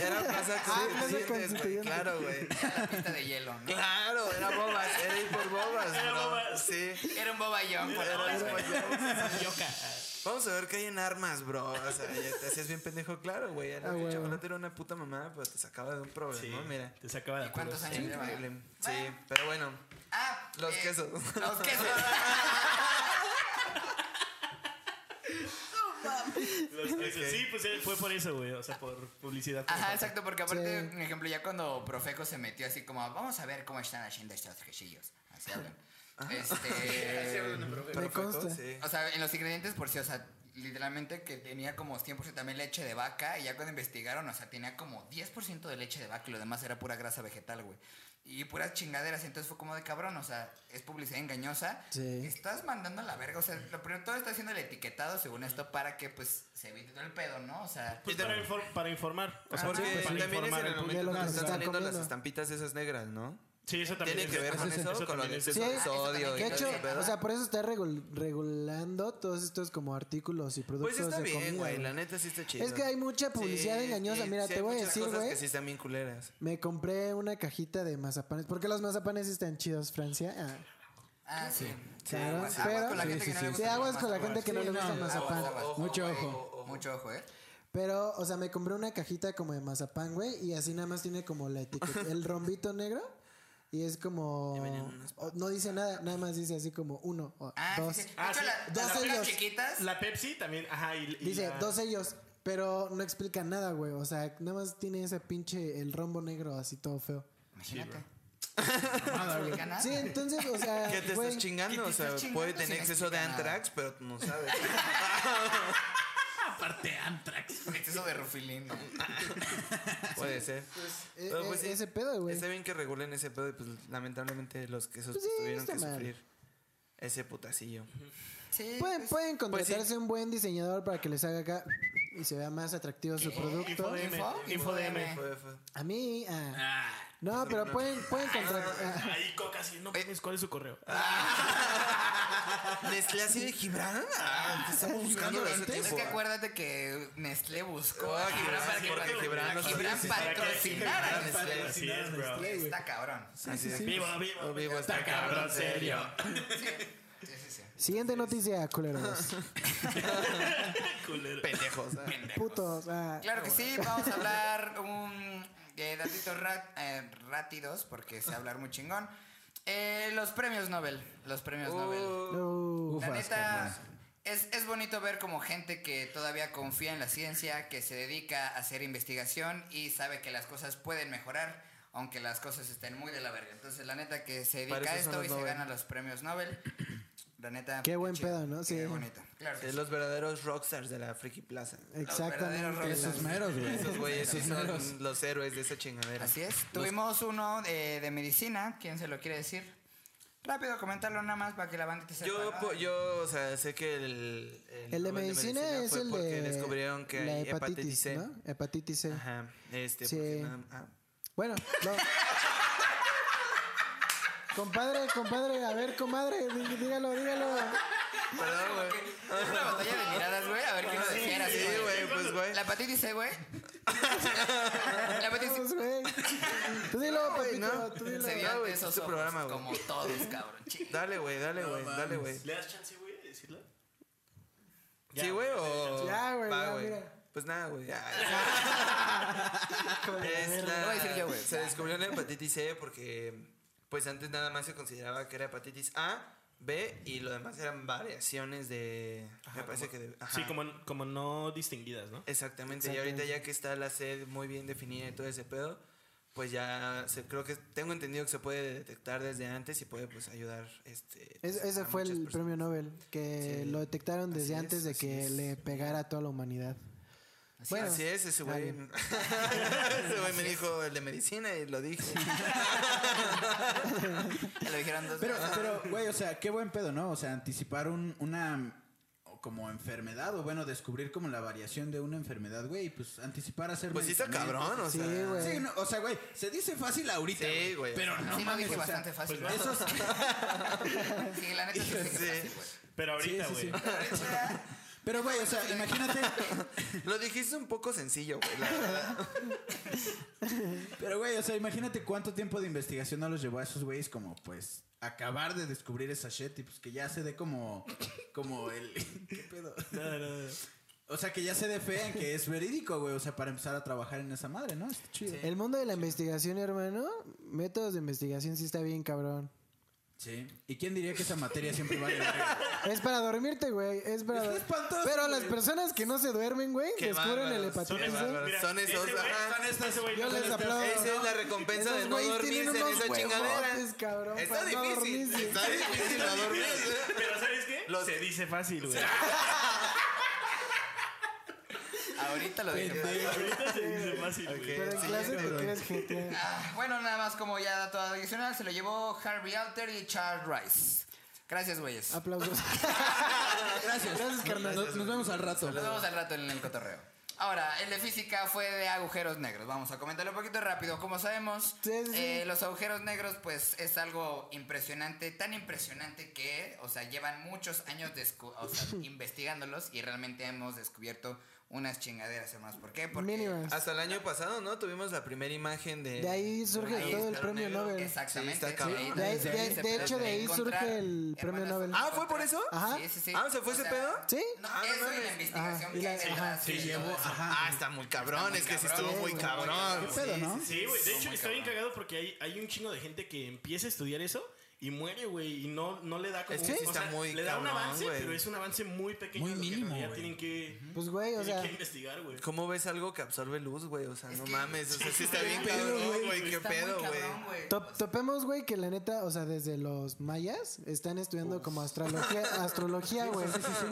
B: [laughs]
D: Era plaza
B: Plaza
D: constituyentes, güey.
B: Constituyentes.
D: Claro, güey.
A: La pista de hielo, ¿no?
D: Claro, era bobas. Era ir por bobas.
C: Era
D: bro.
C: bobas.
D: Sí.
A: Era un bobayón, por
D: Era
A: favor.
D: ir por bobas.
C: Yoka.
D: Vamos a ver qué hay en armas, bro. O sea, ya te hacías bien pendejo, claro, güey. El
B: Ah,
D: axe de
B: huevo.
D: chocolate era una puta mamada, pero te sacaba de un problema,
C: Sí,
D: Oh, mira.
C: te sacaba de
A: ¿Cuántos
C: apuros.
A: años lleva?
D: Increíble. Sí, pero bueno.
A: Ah,
D: Los
A: eh,
D: quesos.
A: Los quesos.
C: Los- esos- Sí, pues eh, fue por eso, güey. O sea, por publicidad. Pues,
A: Ajá, exacto, porque aparte,
B: Sí.
A: por ejemplo, ya cuando Profeco se metió así como, vamos a ver cómo están haciendo estos quesillos. Así hablan. Este.
D: Perfecto,
B: consta.
D: sí.
A: O sea, en los ingredientes por sí, o sea, literalmente que tenía como 100% también leche de vaca y ya cuando investigaron, o sea, tenía como 10% de leche de vaca y lo demás era pura grasa vegetal, güey. Y puras chingaderas, entonces fue como de cabrón, o sea, es publicidad engañosa.
B: Sí.
A: Estás mandando a la verga, o sea, lo primero todo está haciendo el etiquetado según esto para que pues se evite todo el pedo, ¿no? O sea,
C: Pues
D: Y
C: para,
D: también-
C: infor- para informar. O sea,
D: Porque
B: pues,
C: para
D: también es
C: informar
D: en el
C: al público.
D: momento
B: lo
D: donde
B: que
D: están
B: están
D: saliendo las
B: comiendo.
D: estampitas esas negras, ¿no?
C: Sí, eso también.
D: Tiene que
C: es-
D: ver con eso, con los
C: también es-
D: excesos
B: Sí,
D: de
B: eso
D: sodio y
B: De
A: también.
D: todo
B: hecho,
D: ese pedo.
B: o sea, por eso está regul- regulando todos estos como artículos y productos
D: Pues está
B: de
D: bien,
B: comida,
D: güey.
B: güey.
D: La neta sí está chido.
B: Es que hay mucha publicidad
D: Sí,
B: engañosa.
D: sí,
B: Mira,
D: sí
B: te
D: hay
B: voy a
D: muchas
B: decir,
D: cosas
B: güey.
D: que sí están bien culeras.
B: Me compré una cajita de mazapanes, porque los mazapanes sí están chidos, Francia. Ah,
A: ah, sí. pues,
B: claro,
A: aguas,
B: pero
A: aguas con la gente que no le
B: sí,
A: gusta
B: aguas
A: el
B: con la
A: mazapán.
B: gente que no
E: Sí,
B: le gusta
E: no,
B: el
E: aguas,
B: mazapán.
A: Aguas, aguas,
E: Mucho
A: güey.
E: ojo.
A: Mucho ojo, ¿eh?
B: Pero, o sea, me compré una cajita como de mazapán, güey, y así nada más tiene como la etiqueta, el rombito negro. Y es como. o- no dice nada, nada más dice así como uno o
A: Ah, sí,
B: dos.
A: sí. De
C: Ah,
A: hecho,
C: sí.
A: la-
B: Dos
A: las
B: sellos.
A: tiendas chiquitas
C: La Pepsi también. Ajá, y, y
B: Dice
C: la-
B: dos ellos, pero no explica nada, güey. O sea, nada más tiene ese pinche, el rombo negro así todo feo.
A: Imagínate.
E: [laughs] Nada, güey.
A: Ganar.
B: Sí, entonces, o
D: [laughs]
B: sea.
D: ¿Qué Ah. te
B: güey,
D: estás chingando?
A: ¿qué te
D: o sea,
A: estás chingando
D: puede
A: si
D: tener
A: no
D: exceso de
A: explica nada?
D: antrax, pero tú
B: [laughs]
D: no sabes.
E: Aparte,
A: [laughs]
E: Antrax.
A: Exceso de rufilín. ¿no?
D: puede ser.
B: e-
D: Pero,
B: e-
D: pues, sí,
B: ese pedo, güey.
D: Está bien que regulen ese pedo y pues lamentablemente los quesos
B: Pues sí,
D: pues, tuvieron
B: está
D: que
B: mal.
D: sufrir ese putacillo.
A: Sí.
B: Pueden, pueden
D: Pues sí.
B: contratarse un buen diseñador para que les haga acá y se vea más atractivo su producto.
C: Infodm.
A: Info,
C: Infodm.
A: Infodm.
D: Fue- fue-
B: A mí, ah.
E: Ah,
B: No, pero pueden,
D: Ah.
B: pueden ah. contratar.
C: Ahí coca, sí. No mames, ¿cuál es su correo?
D: Nestlé así de Gibran. Ah, te estamos buscando desde hace
A: Es
D: tiempo.
A: que acuérdate que Nestlé buscó a
D: Ah,
A: Gibran
D: Gibran,
A: para
D: sí, porque
A: que
D: Gibran
A: Gibran,
D: nos patrocinara.
A: patrocinara a Nestlé.
C: Así es, bro.
A: Está cabrón. Sí,
D: Así de-
C: Viva,
D: Oh,
C: viva.
D: vivo,
E: está cabrón, serio.
A: sí, sí.
B: Siguiente noticia,
D: [laughs]
B: culeros.
C: Culero. [laughs]
D: Pendejos. ah.
A: Pendejos. ¿eh?
B: Putos. ah.
A: Claro que sí, vamos a hablar un eh, datitos ra- eh, rápidos, porque sé hablar muy chingón. Eh, los premios Nobel. Los premios Nobel.
B: Uh,
A: La
E: Ufas,
A: neta,
E: carnal.
A: es, es bonito ver como gente que todavía confía en la ciencia, que se dedica a hacer investigación y sabe que las cosas pueden mejorar, aunque las cosas estén muy de la verga. Entonces, la neta, que se dedica
D: Para
A: a
D: eso son
A: esto y
D: los
A: se
D: Nobel.
A: gana los premios Nobel. La neta.
B: Qué buen
A: chido.
B: pedo, ¿no? Sí.
A: Qué bonito. Claro. que
D: Es
A: sí.
D: los verdaderos rockstars de la Friki Plaza.
A: verdaderos
B: exactamente.
A: rockstars.
E: Esos meros, güey.
D: Esos güeyes sí
E: [laughs] Esos meros.
D: son los héroes de esa chingadera.
A: Así es. Tuvimos uno eh, de, de medicina. ¿Quién se lo quiere decir? Rápido, comentarlo nada más para que la bandita sepa.
D: Yo,
A: ¿no?
D: po- yo, o sea, sé que el...
B: El de
D: Nobel
B: medicina es
D: fue
B: el
D: porque
B: de
D: descubrieron que
B: la
D: hay
B: hepatitis,
D: hepatitis C.
B: ¿no? Hepatitis C.
D: Ajá. Este,
B: Sí.
D: porque nada- ah.
B: Bueno, lo- compadre, compadre, a ver, comadre, dí- dígalo, dígalo.
D: Perdón, güey.
A: Es [laughs] una batalla de miradas, güey. A ver quién lo decía. así,
D: Sí, güey, pues, güey.
A: La hepatitis C, güey. La hepatitis
B: Vamos, güey. Tú dilo,
D: güey,
B: papito,
D: no.
B: tú
A: C.
B: dilo.
A: Se
D: No,
A: vio ante
D: güey,
A: esos
D: es tu
A: ojos
D: programa, güey.
A: como todos, cabrón. Chi-
D: Dale, güey, dale, güey, dale, güey.
C: ¿Le das chance, güey, de decirla?
D: Sí, güey, o...
B: Ya, güey,
D: Va,
B: ya, mira.
D: Pues nada, güey. ya.
B: [laughs] Hijo de la
D: Es
B: verga.
D: la-
A: Lo voy a decir yo, güey.
D: Se descubrió la hepatitis C porque, pues antes nada más se consideraba que era hepatitis A, B y lo demás eran variaciones de. me parece que. de- ajá.
C: Sí, como, como no distinguidas, ¿no?
D: Exactamente. Y ahorita ya que está la C muy bien definida y todo ese pedo, pues ya se, creo que tengo entendido que se puede detectar desde antes y puede pues ayudar. Este,
B: Es- ese
D: a
B: fue el
D: muchas personas.
B: premio Nobel, que
D: Sí.
B: lo detectaron desde
D: Así
B: antes
D: es,
B: de
D: así
B: que
D: es.
B: le pegara a toda la humanidad. bueno,
D: Así es, ese güey.
B: Dale.
D: [laughs] ese güey me dijo el de medicina y lo [laughs] dije.
A: Lo dijeron dos
E: Pero,
B: ah,
A: veces.
E: pero, güey, o sea, qué buen pedo, ¿no? O sea, anticipar un- una o como enfermedad o bueno, descubrir como la variación de una enfermedad, güey, y pues anticipar hacer
D: Pues sí está
E: medicamentos.
D: cabrón, o
B: Sí,
D: sea.
B: güey.
E: Sí, no, o sea, güey, se dice fácil ahorita,
D: Sí,
E: güey,
D: güey.
E: pero no
A: Sí, lo
E: mames,
A: dije
E: o sea,
A: bastante fácil.
C: pues,
A: ¿no? Sí, la neta sí lo dije
D: Sí.
A: fácil, güey.
C: Pero ahorita,
E: Sí,
C: güey.
E: sí, sí. [laughs] Pero güey, o sea, [laughs] imagínate,
D: Lo dijiste un poco sencillo, güey. la
B: [laughs]
D: verdad.
E: pero güey, o sea, imagínate cuánto tiempo de investigación no los llevó a esos güeyes como pues acabar de descubrir esa shit y pues que ya se dé como como el qué pedo.
C: No, no, no.
E: O sea, que ya se dé fe en que es verídico, güey, o sea, para empezar a trabajar en esa madre, ¿no? Está chido.
B: el mundo de la investigación, hermano, métodos de investigación sí está bien, cabrón.
E: Sí. ¿Y quién diría que esa materia siempre vale verga? [laughs]
B: Es para dormirte, güey. Es para.
E: Está espantoso,
B: Pero
E: güey.
B: las personas que no se duermen, güey,
D: Qué
B: descubren el
D: bárbaros,
B: hepatitis.
D: qué
B: C.
D: bárbaros. Son esos,
C: ese este güey,
D: ajá.
C: son estos, ese güey,
B: Yo
C: no
B: les
C: son estos.
B: aplaudo.
D: Esa es la recompensa
B: Esos
D: de no
B: güeyes
D: dormirse
B: tienen
D: en
B: unos
D: esa
B: huevotes,
D: chingadera.
B: cabrón,
D: está
B: para no
D: difícil.
B: dormirse.
D: está
B: [laughs]
D: difícil no dormirse.
C: Pero ¿sabes qué?
D: Los-
C: Se dice fácil, güey.
A: Ahorita lo dije. fácil.
C: Ahorita se dice fácil, güey.
B: Pero en
D: Sí,
B: clase te
E: cabrón.
B: crees GTA.
A: Ah, Bueno, nada más como ya dato adicional, se lo llevó Harvey Alter y Charles Rice. Gracias, güeyes.
D: [laughs]
B: Aplausos.
E: Gracias.
B: Gracias, carnal.
E: Nos, nos vemos al rato.
A: Nos vemos al rato en el cotorreo. Ahora, el de física fue de agujeros negros. Vamos a comentarlo un poquito rápido. Como sabemos,
B: Sí, sí, sí.
A: eh, los agujeros negros, pues, es algo impresionante, tan impresionante que, o sea, llevan muchos años descu- o
B: [laughs]
A: sea, investigándolos y realmente hemos descubierto unas chingaderas, hermanos. ¿Por qué? Porque Ah,
B: Mínimas.
D: Hasta el año pasado, ¿no? Tuvimos la primera imagen de.
B: De ahí surge
D: Ahí
B: todo el
D: está,
B: premio
D: negro.
B: Nobel.
A: Exactamente.
D: Sí, está cabrón.
B: De ahí-
A: se
B: de-
A: dice,
B: de
A: pero
B: hecho, de ahí
A: encontrar
B: surge el premio
A: hermanas
B: Nobel.
D: Ah, ¿fue por eso?
B: Ajá.
A: Sí, sí, sí.
D: Ah, ¿se fue
A: O
D: ese
A: sea,
D: pedo?
B: Sí.
A: No, eso y la investigación
B: Ajá, y
A: que
B: la-
A: hay detrás
B: ajá.
A: de
E: Que
A: todo
E: llevó,
A: eso.
E: ajá.
D: Ah, está muy cabrón.
A: Está muy
D: es que sí
A: cabrón,
B: eh,
D: estuvo muy
A: güey.
D: cabrón.
E: ¿Qué pedo, no?
C: Sí, güey. De
A: Está
C: hecho,
A: muy
C: está bien
A: cabrón.
C: cagado porque hay, hay un chingo de gente que empieza a estudiar eso y muere, güey. Y no, no le da como.
D: Es que
C: un-
D: sí
C: o
D: está
C: sea,
D: muy
C: Le da un
D: cabrón,
C: avance,
D: güey.
C: pero es un avance muy pequeño.
E: Muy
C: lo que en
E: mínimo,
C: realidad
E: güey.
C: tienen que.
B: Pues, güey, o
C: tienen
B: sea.
C: que investigar, güey.
D: ¿Cómo ves algo que absorbe luz, güey? O sea,
A: Es
D: no
A: que-
D: mames. O sea,
A: [laughs]
D: sí está bien
A: Qué pedo,
D: cabrón,
A: güey.
D: güey. Qué
A: Está muy
D: pedo, güey.
A: cabrón, güey.
B: Top- topemos, güey, que la neta, o sea, desde los mayas están estudiando como
D: [laughs]
B: astrología, astrología, güey.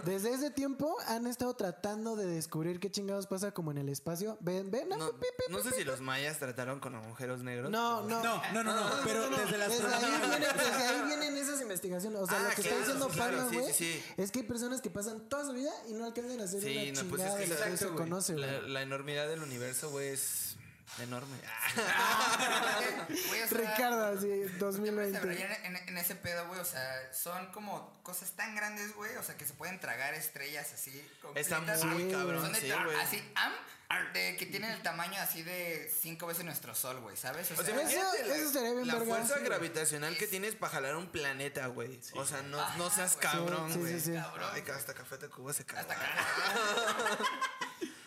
B: Desde ese tiempo han estado tratando de descubrir qué chingados pasa como en el espacio. Ven, ven, ah,
D: No,
B: pi, pi,
D: no sé si los mayas trataron con agujeros negros.
B: No, no.
E: No, no, no, no, pero desde la
B: Desde ahí,
E: astronomía.
B: vienen, desde ahí vienen esas investigaciones. O sea,
D: Ah,
B: lo que está
D: claro,
B: diciendo
D: sí, claro,
B: Pablo,
D: sí,
B: güey,
D: sí, sí.
B: es que hay personas que pasan toda su vida y no alcanzan a hacer
D: Sí,
B: una
D: no,
B: chingada
D: pues es que
B: de lo que
D: exacto,
B: se
D: güey.
B: conoce, güey.
D: La, la enormidad del universo, güey, es enorme. Ah,
A: Ah, Güey, o sea,
B: Ricardo,
D: [laughs]
B: así,
A: Pero
B: 2020.
A: ya En, en- en ese pedo, güey, o sea, son como cosas tan grandes, güey, o sea, que se pueden tragar estrellas así.
D: Está
A: completas,
D: muy
A: güey.
D: cabrón,
A: Son de
D: sí,
A: tra-
D: güey.
A: Así, am, de que tienen el tamaño así de cinco veces nuestro sol, güey, ¿sabes? O
D: O sea,
A: sea,
B: eso-
D: imagínate la-
B: eso estaría bien
D: La
B: verga.
D: fuerza
B: Sí, güey.
D: gravitacional que tienes para jalar un planeta, güey. O sea, no, no seas
A: Ah, güey.
D: cabrón,
B: Sí, sí,
D: güey.
B: sí, sí.
D: Cabrón, Ay, que hasta Café de Cuba se cagó.
A: hasta acá.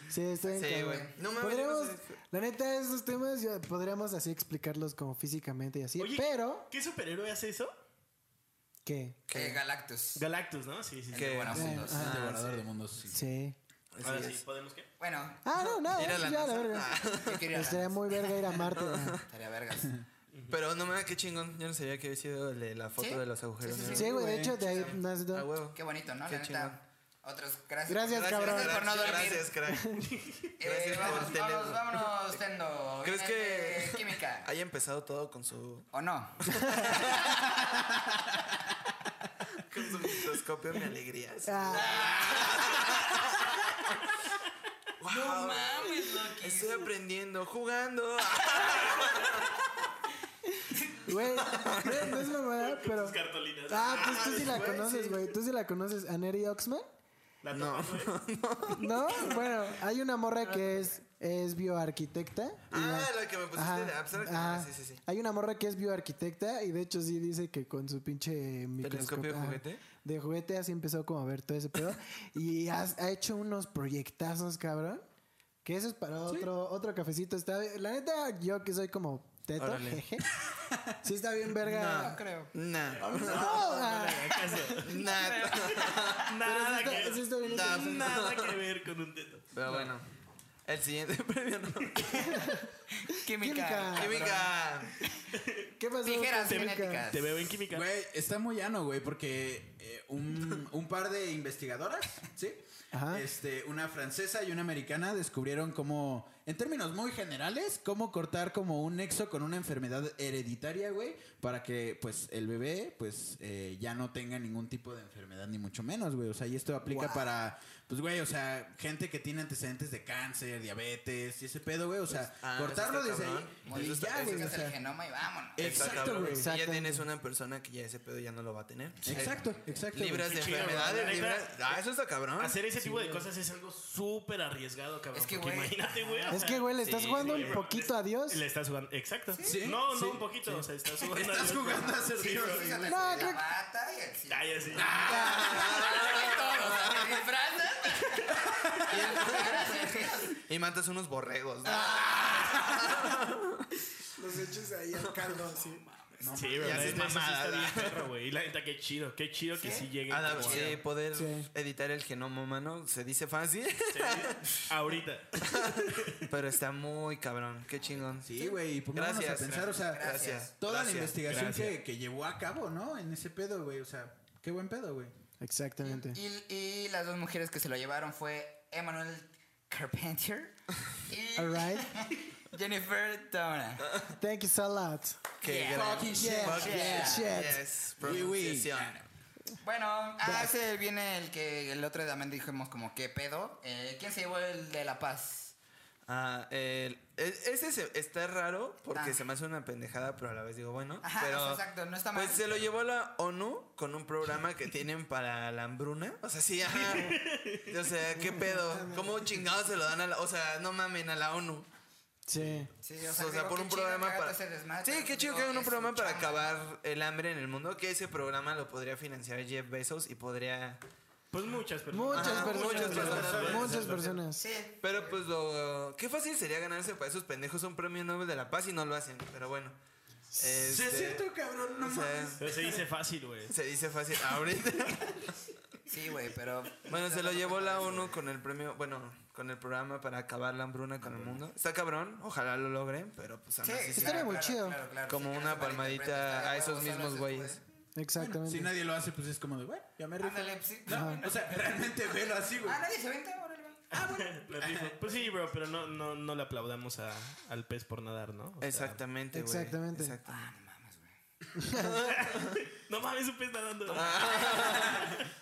B: Sí, está bien.
D: Sí,
B: cabrón.
D: güey. No mames,
B: Podríamos-
D: yo no sé.
B: La neta, esos temas ya podríamos así explicarlos como físicamente y así.
C: Oye,
B: pero,
C: ¿Qué superhéroe hace eso?
B: ¿qué?
A: Eh, Galactus.
C: Galactus, ¿no? Sí, sí. sí.
D: Que-
A: Bueno,
D: sí,
A: mundos.
E: Es el
D: Ah,
E: devorador de mundos. sí.
B: Sí.
C: Ahora
D: así
C: sí,
D: es.
C: ¿podemos qué?
A: Bueno,
B: Ah, no, nada.
D: Ir a la Ah,
B: ya, la
D: NASA.
B: verga.
A: yo quería
B: Estaría muy verga ir a Marte. ajá.
A: Estaría vergas.
D: Pero no mames, qué chingón. Yo no sabía que había sido el de la foto
A: ¿Sí?
D: de los agujeros.
A: Sí, sí,
D: negros.
B: Sí, güey, de hecho, de ahí
D: A
B: nació.
D: huevo.
A: Qué bonito, ¿no?
D: Qué
A: la
D: chingón.
A: neta. Otros, gracias.
B: Gracias, cabrón.
A: por no dormir.
D: Gracias, crack.
A: Eh,
D: Gracias por
A: vamos,
D: el teléfono.
A: vamos, vámonos, Tendo.
D: ¿Crees
A: Viene de
D: que-
A: Química.
D: Haya empezado todo con su,
A: ¿O no?
D: [laughs] con su microscopio, mi alegría.
B: Ah,
D: Wow, Estoy aprendiendo, jugando.
B: Güey, [laughs] güey, no es
D: [laughs]
B: mamada, pero.
C: Sus cartolinas.
B: Ah, pues tú sí la
D: güey,
B: conoces,
D: sí.
B: güey. Tú sí la conoces, a Neri Oxman.
C: [laughs] La no.
B: ¿No? Bueno, hay una morra que es, es bioarquitecta. y
D: Ah, la que me pusiste
B: Ajá,
D: de abstract.
B: ajá.
D: Sí, sí, sí.
B: Hay una morra que es bioarquitecta y de hecho sí dice que con su pinche microscopio
D: ¿Telescopio de
B: ajá,
D: juguete?
B: de juguete así empezó como a ver todo ese pedo y has- ha hecho unos proyectazos, cabrón. Que eso es para otro otro cafecito está la neta yo que soy como teto.
D: Órale.
B: jeje, sí está bien verga.
A: creo.
D: Nah.
B: No, ah,
D: [laughs] Nah.
C: Nada
B: sí
C: que
B: está- sí está bien
D: Nah.
B: interesante.
C: Nada que ver con un teto.
D: Pero bueno. El siguiente [laughs] premio no.
A: Química.
D: Química.
B: ¿Qué pasó?
A: Tijeras
B: con química?
A: genéticas.
C: Te veo en química.
E: Güey, está muy llano, güey, porque eh, un, un par de investigadoras, ¿sí?
B: Ajá.
E: Este, una francesa y una americana descubrieron cómo, en términos muy generales, cómo cortar como un nexo con una enfermedad hereditaria, güey, para que, pues, el bebé, pues, eh, ya no tenga ningún tipo de enfermedad, ni mucho menos, güey. O sea, y esto aplica para, pues, güey, o sea, gente que tiene antecedentes de cáncer, diabetes y ese pedo, güey. O sea,
D: Ah, eso
E: cortarlo
D: está
E: desde ahí.
D: cabrón.
E: y
A: Modificas
E: ya, güey, o
A: el
E: sea,
A: genoma y vámonos.
D: Eh,
E: Exacto, güey.
D: Si ya
B: Exacto.
D: tienes una persona que ya ese pedo ya no lo va a tener. Eh,
E: Exacto, exacto. güey.
D: Libras de
C: Qué chido,
D: enfermedades,
C: güey.
D: libras. Ah, eso está cabrón.
C: Hacer ese tipo de cosas es algo súper arriesgado, cabrón.
A: Es que,
C: porque
A: güey.
C: Imagínate, güey. o
B: Es
C: sea,
B: que güey, le estás
D: Sí,
B: jugando
C: güey,
B: un
C: bro.
B: poquito a Dios.
C: Le estás jugando. Exacto.
E: Sí,
C: No, no,
E: sí,
C: un poquito. O sea, estás jugando. a
E: Estás
C: Dios,
E: jugando
C: güey.
E: a ser
C: Sí,
E: Dios,
C: güey.
A: Fíjate,
B: No,
A: la
B: creo que-
A: pata y el
D: [laughs]
A: sí.
C: Ay, así.
D: Ah,
A: Todo, o sea, te disfrazas.
D: Y matas unos borregos. ¿no?
B: Los echas ahí al caldo así.
C: Sí, güey.
D: ya
C: la
D: sí es
C: neta, eso sí
D: mamada,
C: está bien
D: ¿verdad?
C: perro, güey. Y la neta, qué chido. Qué chido que sí lleguen.
D: Adap-
C: como-
D: sí, eh, poder
B: Sí.
D: editar el genoma humano se dice fácil, [laughs]
C: Sí, Ahorita.
B: Pues
D: pero está muy cabrón. Qué chingón.
E: Sí, güey, y pongámonos a
D: Gracias.
E: pensar, o sea,
D: Gracias.
E: toda
D: Gracias.
E: la investigación
C: Gracias.
E: que, que llevó a cabo, ¿no? En ese pedo, güey, o sea, qué buen pedo, güey.
B: Exactamente.
A: Y, y las dos mujeres que se lo llevaron fue Emmanuel Carpenter y
B: [laughs] All right.
A: Jennifer Donna.
B: Thank you so lot.
D: Qué
A: Yeah.
D: gran-
E: Fucking shit.
D: Fuck yeah.
B: Shit.
D: Yes,
E: Oui, oui.
D: pronunciación.
A: Bueno, ah, ese viene el que el otro también dijimos como qué pedo. Eh, ¿Quién se llevó el de La Paz?
D: Ah, el- e- ese se- está raro porque
A: Ah.
D: se me hace una pendejada, pero a la vez digo, bueno.
A: Ajá,
D: pero,
A: o sea, exacto, no está mal.
D: Pues se lo llevó a la ONU con un programa [laughs] que tienen para la hambruna. O sea, sí, ajá. [laughs] O sea, qué pedo. ¿Cómo chingados se lo dan a la. O sea, no mamen a la ONU.
B: Sí.
A: Sí,
D: O sea, por un programa para. Sí, qué chido que hagan un programa para acabar el hambre en el mundo. Que ese programa lo podría financiar Jeff Bezos y podría.
C: Pues muchas personas.
B: Muchas
D: Ajá,
B: personas.
D: muchas personas.
B: Muchas personas.
A: Sí.
D: Pero pues lo. Qué fácil sería ganarse para esos pendejos un premio Nobel de la Paz y no lo hacen. Pero bueno.
E: Sí,
D: Este,
E: es cierto, cabrón, no
D: o sea,
E: mames.
C: Pero se dice fácil, güey.
D: se dice fácil.
A: [laughs]
D: Ahorita.
A: Sí, güey,
D: [laughs]
A: pero.
D: Bueno, se lo llevó la ONU con el premio, bueno, con el programa para acabar la hambruna con el mundo. Está cabrón, ojalá lo logren, pero pues aún así
A: sí,
B: estaría muy chido.
D: como
A: Sí,
D: una
A: claro,
D: palmadita
A: malinterpreta, está
D: a esos
A: huevo, solo
D: mismos
A: se
D: güeyes.
B: Exactamente.
E: Si nadie lo hace, pues es como de, güey, ya me
A: puede.
E: rifo.
A: Ándale, sí.
E: No,
D: [laughs]
E: o sea, [laughs] realmente velo así, güey.
A: Ah, nadie se venta, órale, Ah, va.
C: Me rifo. Pues sí, bro, pero no, no, no le aplaudamos a- al pez por nadar, ¿no? O sea,
D: Exactamente, güey.
B: Exactamente.
A: Ah, no mames, güey.
C: no mames, un pez nadando.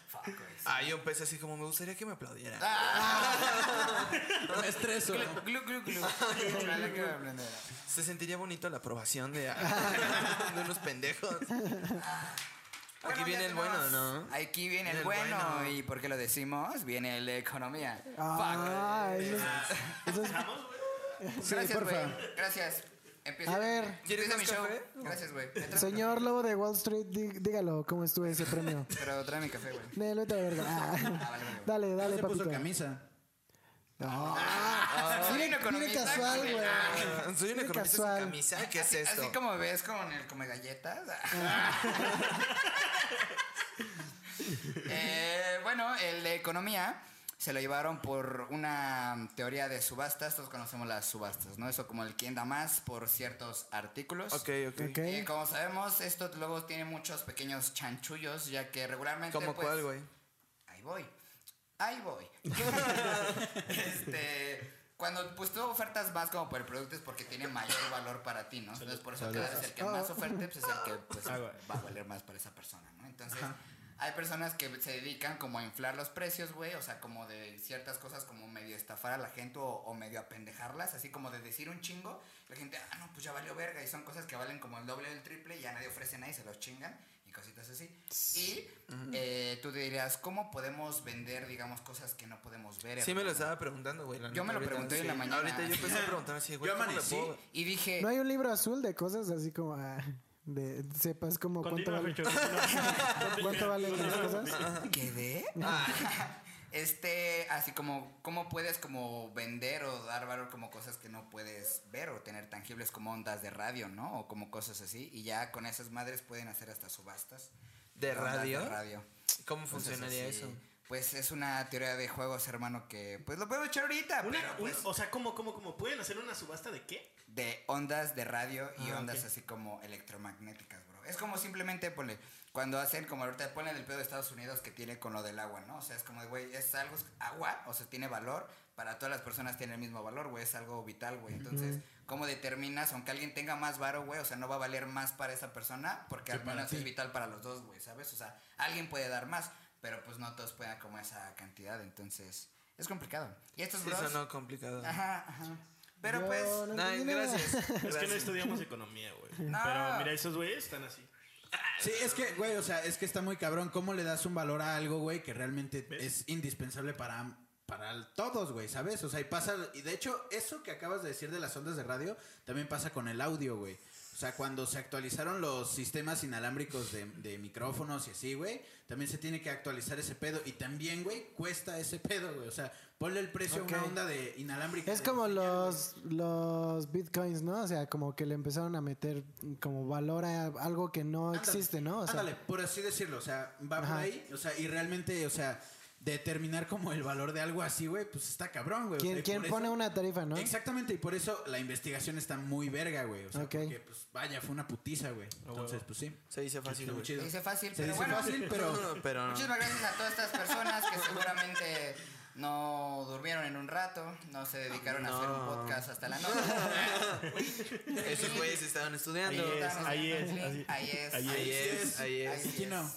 A: Fuck, güey.
D: Ah, yo empecé así como, me gustaría que me aplaudieran.
A: Ah. [laughs]
E: No me estreso.
A: Glu, glu, glu. Ojalá que me aprendiera.
D: Se sentiría bonito la aprobación
A: [laughs]
D: de, de unos pendejos. Aquí
A: Bueno,
D: viene
A: ya
D: el bueno,
A: tenemos-
D: ¿no?
A: Aquí viene el
D: El
A: bueno.
D: bueno.
A: ¿Y por qué lo decimos? Viene el de economía.
B: Ah, eso es- eso es-
A: Fuck.
B: sí,
A: Gracias,
B: porfa.
A: güey. Gracias. Empieza.
B: A ver.
D: ¿Quieres
A: Empieza mi
D: más
A: show.
D: café?
A: Gracias, güey. Me traes-
B: Señor Lobo de Wall Street, dí- dígalo, ¿cómo estuvo ese premio?
A: Pero trae mi café, güey.
B: Nel, vete a la verga. Ah.
A: vale, vale.
B: Dale,
E: No
B: dale,
E: se puso
B: papito.
E: camisa.
B: No.
A: soy
B: Mire-
A: un economista
B: mire casual,
A: con el-
B: güey.
A: Ah, [laughs]
D: Soy un
B: Qué
D: economista sin
B: casual.
D: camisa. ¿Qué es
A: así,
D: esto?
A: así como ves con el come galletas.
B: [laughs]
A: [laughs] Eh, bueno, el de economía se lo llevaron por una teoría de subastas. Todos conocemos las subastas, ¿no? Eso como el quién da más por ciertos artículos.
D: Ok, ok.
B: Ok.
A: Eh, como sabemos, esto luego tiene muchos pequeños chanchullos, ya que regularmente.
D: ¿Cómo
A: pues,
D: cuál, güey?
A: Ahí voy. Ahí
D: [laughs]
A: voy. este, cuando pues tú ofertas más como por el producto es porque tiene mayor valor para ti, ¿no? Entonces por eso cada vez el que más oferte pues, es el que pues,
C: Ah, güey.
A: va a valer más para esa persona, ¿no? Entonces hay personas que se dedican como a inflar los precios, güey, o sea, como de ciertas cosas como medio estafar a la gente o, o medio apendejarlas, así como de decir un chingo, la gente, ah, no, pues ya valió verga y son cosas que valen como el doble o el triple y ya nadie ofrece nada y se los chingan y cositas así. Y eh, tú dirías, ¿cómo podemos vender, digamos, cosas que no podemos ver?
D: Sí me lo
A: hermano?
D: estaba preguntando, güey. la
A: Yo
D: neta,
A: me lo
D: ahorita,
A: pregunté en la mañana.
D: Ahorita yo empecé a preguntarme así, güey.
E: Yo
D: ¿cómo le
E: amanecí.
D: puedo-
A: Y dije,
B: No hay un libro azul de cosas así como ah, de sepas como cuánto
C: Continúa,
B: vale,
C: Fecho, continúa.
B: cuánto valen las cosas.
A: ¿quedé? este, así como, ¿cómo puedes como vender o dar valor como cosas que no puedes ver o tener tangibles como ondas de radio, ¿no? O como cosas así. Y ya con esas madres pueden hacer hasta subastas.
D: ¿De
A: ondas
D: radio?
A: De radio.
D: ¿Cómo
A: Entonces,
D: funcionaría
A: así,
D: eso?
A: Pues es una teoría de juegos, hermano, que pues lo podemos echar ahorita,
C: Una-
A: pero pues,
C: un- o sea, ¿cómo, cómo, cómo? ¿Pueden hacer una subasta de qué?
A: de ondas de radio y
C: Ah,
A: ondas
C: ok.
A: así como electromagnéticas, bro. Es como simplemente ponle, cuando hacen como ahorita ponen el pedo de Estados Unidos que tiene con lo del agua, ¿no? O sea, es como, de, güey, es algo, agua, o sea, tiene valor, para todas las personas tiene el mismo valor, güey, es algo vital, güey. Entonces, ¿cómo determinas, aunque alguien tenga más varo, güey, o sea, no va a valer más para esa persona, porque al menos es vital para los dos, güey, ¿sabes? O sea, alguien puede dar más, pero pues no todos pueden como esa cantidad, entonces, es complicado. Y estos
D: Sí,
A: Pues bros...
D: sonó complicado.
A: Ajá, ajá. Pero
B: Yo
A: pues...
B: no
D: Nah,
B: entendí nada.
D: gracias.
C: Es que no
D: gracias.
C: estudiamos economía, güey.
B: [laughs]
A: No.
C: Pero mira, esos güeyes están así.
E: Sí, es que, güey, o sea, es que está muy cabrón. ¿Cómo le das un valor a algo, güey, que realmente es indispensable para, para todos, güey, ¿sabes? O sea, y pasa. Y de hecho, eso que acabas de decir de las ondas de radio también pasa con el audio, güey. O sea, cuando se actualizaron los sistemas inalámbricos de, de micrófonos y así, güey, también se tiene que actualizar ese pedo. Y también, güey, cuesta ese pedo, güey. O sea, ponle el precio a
B: Ok.
E: una onda de inalámbrica.
B: Es
E: de
B: como
E: señal, güey.
B: los, los bitcoins, ¿no? O sea, como que le empezaron a meter como valor a algo que no
E: Ándale,
B: existe, ¿no? O sea,
E: ándale, por así decirlo, o sea, va por
B: Ajá.
E: ahí, o sea, y realmente, o sea, determinar como el valor de algo así, güey, pues está cabrón, güey. o sea,
B: ¿quién,
E: y
B: quién
E: por
B: pone
E: eso-
B: una tarifa, no?
E: Exactamente, y por eso la investigación está muy verga, güey. O sea,
B: Ok.
E: porque, pues, vaya, fue una putiza, güey. Entonces, pues sí.
D: Se dice fácil,
E: Está muy
D: güey.
E: chido.
A: Se dice fácil,
E: Se
A: pero
E: dice
A: bueno.
E: fácil, pero...
D: pero no.
A: Muchísimas gracias a todas estas personas que seguramente no durmieron en un rato, no se dedicaron a hacer un
D: No.
A: podcast hasta la
D: [laughs]
A: noche.
D: Esos güeyes estaban
C: Ahí
D: estudiando.
C: es, ahí es. así.
A: Ahí es.
D: Ahí es, ahí
A: Ahí
D: es.
A: es.
E: Aquí no.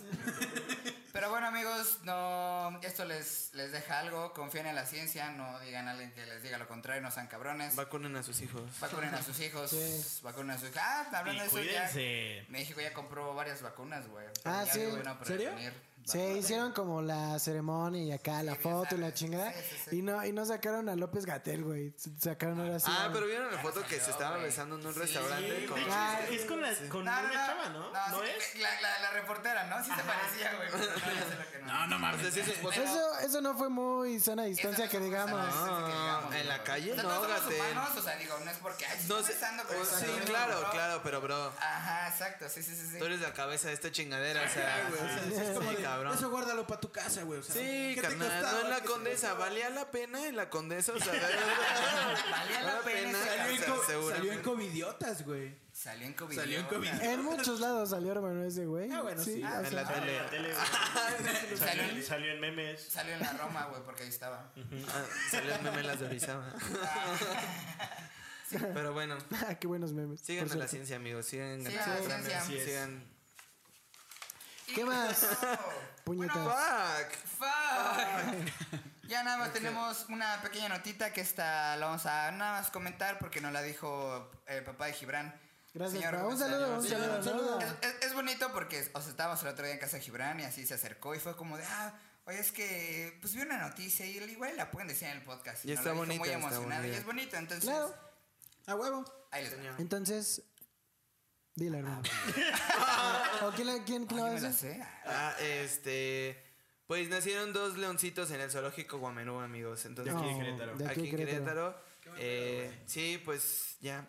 A: Pero bueno, amigos, no esto les, les deja algo. Confíen en la ciencia, no digan a alguien que les diga lo contrario, no sean cabrones.
D: Vacunen a sus hijos.
A: Vacunen a sus hijos,
B: Sí.
A: vacunen a sus hijos. Ah, hablando de
C: Y
A: eso ya.
C: cuídense.
A: México ya compró varias vacunas, güey.
B: Ah,
A: Ya
B: sí.
A: lo iban a
E: ¿Serio?
A: prevenir.
B: Se hicieron como la ceremonia y acá la
A: Sí, ya
B: foto y la
A: sabes.
B: chingada.
A: Sí, sí, sí.
B: Y no y no sacaron a López Gatel, güey. S- Sacaron ahora sí.
D: Ah,
B: a-
D: pero vieron la
A: Ya
D: foto
A: salió,
D: que se estaba
A: güey.
D: besando en un
A: Sí,
D: restaurante
A: sí,
D: con.
A: de hecho,
C: Ah, es con, la, con
A: No,
C: una
A: no, no.
C: chava, ¿no? ¿No,
A: sí, [laughs]
C: es?
A: La, la, la reportera, ¿no? Sí se parecía, güey. pero No, ya sé lo que no.
E: [laughs] No, no
D: O sea,
E: mames.
D: sí es
E: [laughs]
D: su esposa.
B: Eso, eso no fue muy sana distancia
A: Esa
B: que
A: no es
B: digamos.
A: una distancia que digamos,
D: en la
A: güey.
D: calle
A: O sea,
D: no,
A: todos somos
D: Gatel.
A: humanos, o sea, digo, no es porque... Ay,
D: No
A: no
D: sé. pues,
A: besando con esa
D: Sí,
A: persona,
D: claro,
A: bro.
D: claro, pero bro.
A: Ajá, exacto, sí, sí, sí. sí.
D: Tú eres la cabeza de esta chingadera, o sea.
E: güey, o sea, sí, es como
D: sí,
E: de,
D: cabrón.
E: Eso guárdalo para tu casa, güey. O sea,
D: Sí,
E: ¿qué te
D: carnal,
E: costaba
D: no en la
E: que-
D: condesa. ¿Valía la pena en la condesa? O sea,
A: [laughs] Valía la pena esa
E: [laughs] Salió en,
A: casa,
E: co- salió en
D: seguro.
E: covidiotas, güey.
A: Salió en COVID.
E: Salió en COVID.
B: En muchos lados salió, hermano, ese güey.
E: Ah, bueno, sí.
B: o
E: Ah,
D: En
B: [laughs]
D: la
B: sea,
C: Salió en
D: tele.
C: la tele, güey. [laughs] Salió en- Salió en memes.
A: Salió en la Roma, güey, porque ahí estaba.
D: [laughs] Ah, Salió en memelas de Orizaba. Pero bueno,
B: ah, Qué buenos memes.
D: sigan
B: por
D: a la
B: cierto.
D: ciencia, amigos. Sigan
A: Sigan a la ciencia. Así
C: es.
D: Sigan.
B: ¿Qué más? Puñetas.
D: ¡Fuck!
A: Fuck.
B: [laughs]
A: Ya nada más tenemos una pequeña notita que esta la vamos a nada más comentar porque nos la dijo el papá de Gibran.
B: Gracias,
A: Señor
B: pa. Un
A: Gonzalo.
B: saludo, un
A: Sí,
B: saludo.
E: un
B: ¿no?
E: saludo.
A: Es, es- es bonito porque o sea, estábamos el otro día en casa de Gibran y así se acercó y fue como de, ah, oye, es que pues vi una noticia y igual la pueden decir en el podcast.
D: Y
A: nos
D: está
A: lo dijo
D: bonita,
A: Muy
D: está
A: emocionado y
D: bonita.
A: es bonito, entonces.
B: Claro.
E: A huevo.
A: Ahí les va.
B: Entonces, dile, hermano. [laughs] ¿O Ah, quién, la- quién, quién
A: Ay,
B: la va a
A: me la
B: decir?
A: sé.
D: Ah, este. Pues nacieron dos leoncitos en el zoológico Guamerú, amigos. Entonces,
C: De aquí de
B: No,
C: Querétaro.
B: de aquí de
D: aquí en Querétaro. eh,
E: güey.
D: sí, pues ya.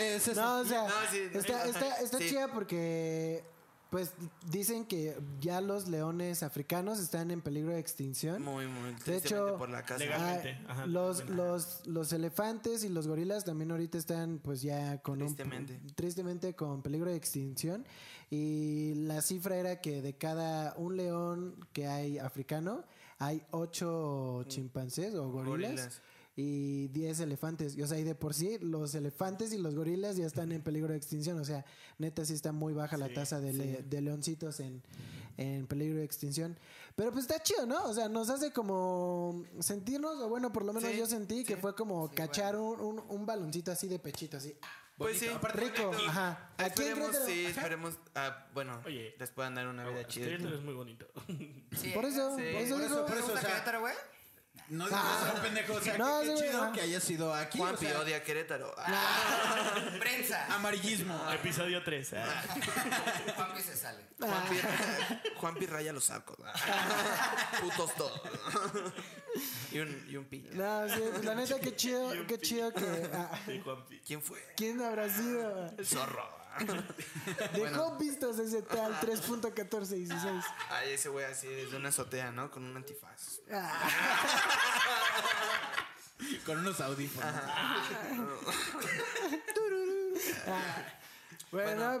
B: [laughs]
E: es eso.
B: No, o sea,
D: No, sí,
B: está,
D: ajá,
B: está, está
D: sí.
B: chida porque pues dicen que ya los leones africanos están en peligro de extinción.
D: muy, muy
B: de
D: tristemente
B: hecho,
D: por la casa.
C: legal.
B: Ah,
C: Legalmente, ajá,
B: los,
C: bueno.
B: los, los elefantes y los gorilas también ahorita están pues ya con un-
D: Tristemente.
B: tristemente con peligro de extinción y la cifra era que de cada un león que hay africano hay ocho chimpancés o gorilas,
D: Gorilas.
B: y 10 elefantes. Y, o sea, y de por sí los elefantes y los gorilas ya están en peligro de extinción. O sea, neta sí está muy baja la tasa de, le- de leoncitos en, en peligro de extinción. Pero pues está chido, ¿no? O sea, nos hace como sentirnos, o bueno, por lo menos
D: Sí,
B: yo sentí que
D: sí.
B: fue como cachar un, un- un baloncito así de pechito, así. ah,
D: Pues sí,
B: Rico, ajá. Aquí en
D: esperemos,
B: Querétaro,
D: sí,
B: ajá.
D: esperemos. ah, bueno,
C: Oye.
D: les puedan dar una vida
C: Aguas,
D: chida.
C: Querétaro es muy bonito. [laughs]
A: Sí,
B: Por eso,
D: Sí,
B: por eso
E: por eso,
B: digo,
E: por
A: ¿Te
E: eso,
A: gusta
E: o sea,
A: Querétaro,
B: [laughs]
A: güey?
E: No digas eso, pendejo. O sea,
B: No,
E: qué, qué
B: sí,
E: chido
B: ajá.
E: que haya sido aquí.
D: Juan
E: o sea,
D: odia Querétaro. Ah,
A: Prensa. Ah,
E: amarillismo.
C: Episodio ¿eh? 3.
A: Juanpi se sale.
D: Juan, Pi, [laughs] Juan Pi raya los arcos. [laughs] Putos [laughs] todos. y, un, y un pi.
B: No, sí, pues, la
D: [laughs]
B: neta, qué chido, qué chido que. ah,
D: ¿Quién fue?
B: ¿Quién habrá
D: [laughs]
B: sido?
D: El zorro.
B: Dejó vistas ese tal 3.1416.
D: Ay, ese güey así desde una azotea, ¿no? Con un antifaz.
B: Ah,
E: Con unos audífonos.
B: ah. Bueno,
D: Bueno,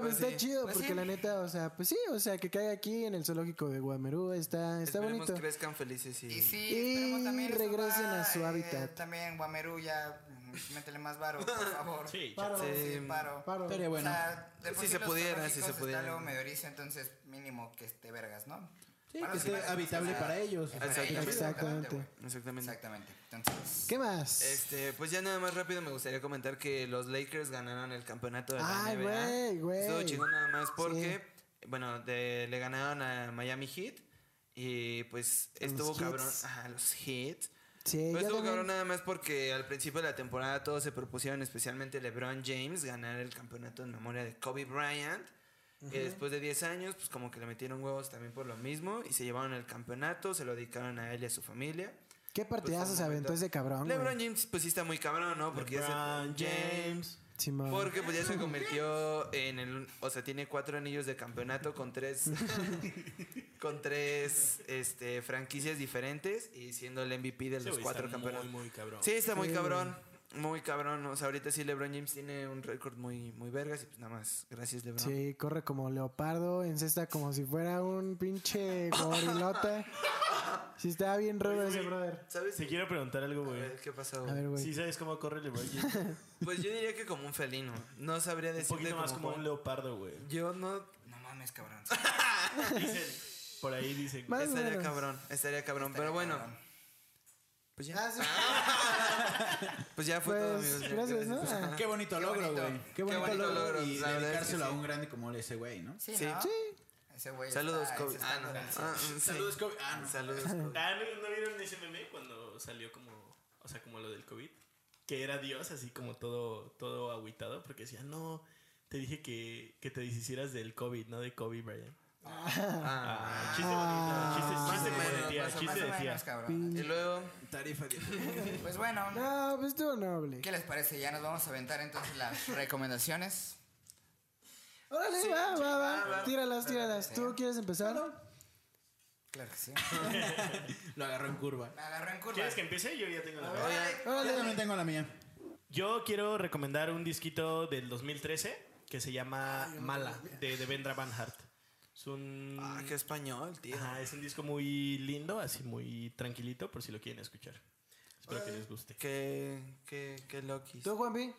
B: pues,
D: pues
B: está
D: sí.
B: chido,
A: Pues
B: porque
A: sí.
B: la neta, o sea, pues sí, o sea, que caiga aquí en el zoológico de Guamerú, está, está
D: Esperemos
B: bonito.
D: crezcan felices y...
A: Y sí,
B: Y
A: esperemos también. les
B: regresen
A: suba,
B: a su
A: eh,
B: hábitat.
A: también, Guamerú, ya mm, métele más varo,
B: [laughs]
A: por favor.
C: Sí,
B: Paro,
A: Sí,
D: Sí.
A: paro.
B: paro.
E: Pero bueno.
A: O sea, de por
D: Si
A: sí
D: se
A: los
D: pudiera,
A: zoológicos
D: si se pudiera.
A: Está luego medio erizo, entonces mínimo que esté vergas, ¿no?
E: Sí,
A: Para
E: que
A: los
E: esté
A: animales,
E: habitable
A: o sea,
E: para ellos.
A: es para
D: Exactamente.
A: ellos,
B: Exactamente.
A: güey.
D: Exactamente.
A: Exactamente. Entonces,
B: ¿Qué más?
D: Este, pues ya nada más rápido me gustaría comentar que los Lakers ganaron el campeonato de la
B: Ay,
D: NBA.
B: güey, güey.
D: Estuvo chingón nada más porque, bueno, de- le ganaron a Miami Heat y pues
B: los
D: estuvo
B: Heats.
D: cabrón. Ajá, los Heat.
B: sí,
D: Pero
B: yo
D: pues estuvo
B: también-
D: cabrón nada más porque al principio de la temporada todos se propusieron, especialmente LeBron James, ganar el campeonato en memoria de Kobe Bryant. Y después de 10 años, pues como que le metieron huevos también por lo mismo y se llevaron el campeonato, se lo dedicaron a él y a su familia.
B: ¿Qué partidazos
D: Pues,
B: se
D: fue un
B: aventó
D: momento.
B: ese cabrón? güey?
D: LeBron James, pues sí está muy cabrón, ¿no? Porque
C: LeBron
D: ya se,
C: James.
B: Simón.
D: Porque pues ya se convirtió en el, o sea, tiene cuatro anillos de campeonato
B: [laughs]
D: con tres, con tres, este, franquicias diferentes y siendo el MVP de
C: Ese
D: los
C: güey
D: cuatro
C: está
D: campeonatos.
C: Muy, muy cabrón.
D: Sí, está muy
B: Sí.
D: cabrón. Muy cabrón. O sea, ahorita sí LeBron James tiene un récord muy, muy vergas y pues nada más. Gracias, LeBron.
B: Sí, corre como leopardo, encesta como si fuera un pinche gorilota. Sí, estaba bien rudo ese brother.
D: ¿Sabes?
C: Te quiero preguntar algo,
D: A
C: güey.
D: ver, ¿qué pasó?
B: A ver, güey.
C: ¿Sí sabes cómo corre LeBron James?
D: Pues yo diría que como un felino. No sabría
C: Un
D: decirte
C: poquito más como un
D: cuál.
C: leopardo, güey.
D: Yo no...
A: no mames, cabrón.
C: Dicen, por ahí dicen.
B: Más o
D: estaría
B: menos.
D: cabrón. Estaría cabrón. Pero bueno,
A: Cabrón.
D: pues ya.
B: Ah, sí.
D: Pues ya fue todo,
B: Pues,
D: amigos.
B: gracias, ¿no? Ah,
E: Qué bonito logro,
A: bonito.
E: güey. Qué bonito,
D: bonito
E: logro.
D: logro,
E: Y
D: la verdad es que
E: dedicárselo
D: sí.
E: a un grande como ese güey, ¿no?
A: [laughs] Sí,
D: Sí.
A: ¿no?
B: sí.
A: Ese güey
D: Saludos,
A: está-
D: Kobe.
A: ese está
D: Ah, no.
A: gracioso.
D: Ah, mm, sí.
E: Saludos, Kobe. Ah, no.
D: Saludos, Kobe.
C: Ah, ¿no, no vieron ese meme cuando salió como, o sea, como lo del COVID? Que era Dios así como todo, todo aguitado porque decía, no, te dije que, que te deshicieras del COVID, no de Kobe Bryant.
D: Ah.
C: Ah, chiste
D: Más
C: bonito, chiste, chiste
D: o
C: como de
D: menos,
C: tía,
A: Más o-
C: chiste
A: más o
C: de
A: menos,
C: tía.
A: cabrón.
D: Y luego,
E: Tarifa de-
A: Pues bueno,
B: No, pues estuvo noble.
A: ¿qué les parece? Ya nos vamos a aventar entonces las recomendaciones.
B: Órale,
D: Sí,
B: va,
D: sí,
B: va, va,
D: va, va.
B: Tíralas, tíralas. ¿Tú quieres empezar?
A: Claro que
D: [laughs]
A: sí.
E: Lo agarró en curva.
A: Me agarró en curva.
C: ¿Quieres que empiece? Yo ya tengo la verdad.
D: oigan,
E: Yo
B: Órale.
E: también tengo la mía.
C: Yo quiero recomendar un disquito del 2013 que se llama Mala, de Devendra Van Hart. Es un...
D: ah, qué español, tío.
C: Ajá, es un disco muy lindo, así muy tranquilito, por si lo quieren escuchar. Espero que les guste.
D: Qué, qué, qué loquis. Ah,
B: ¿Tú, Juanpi?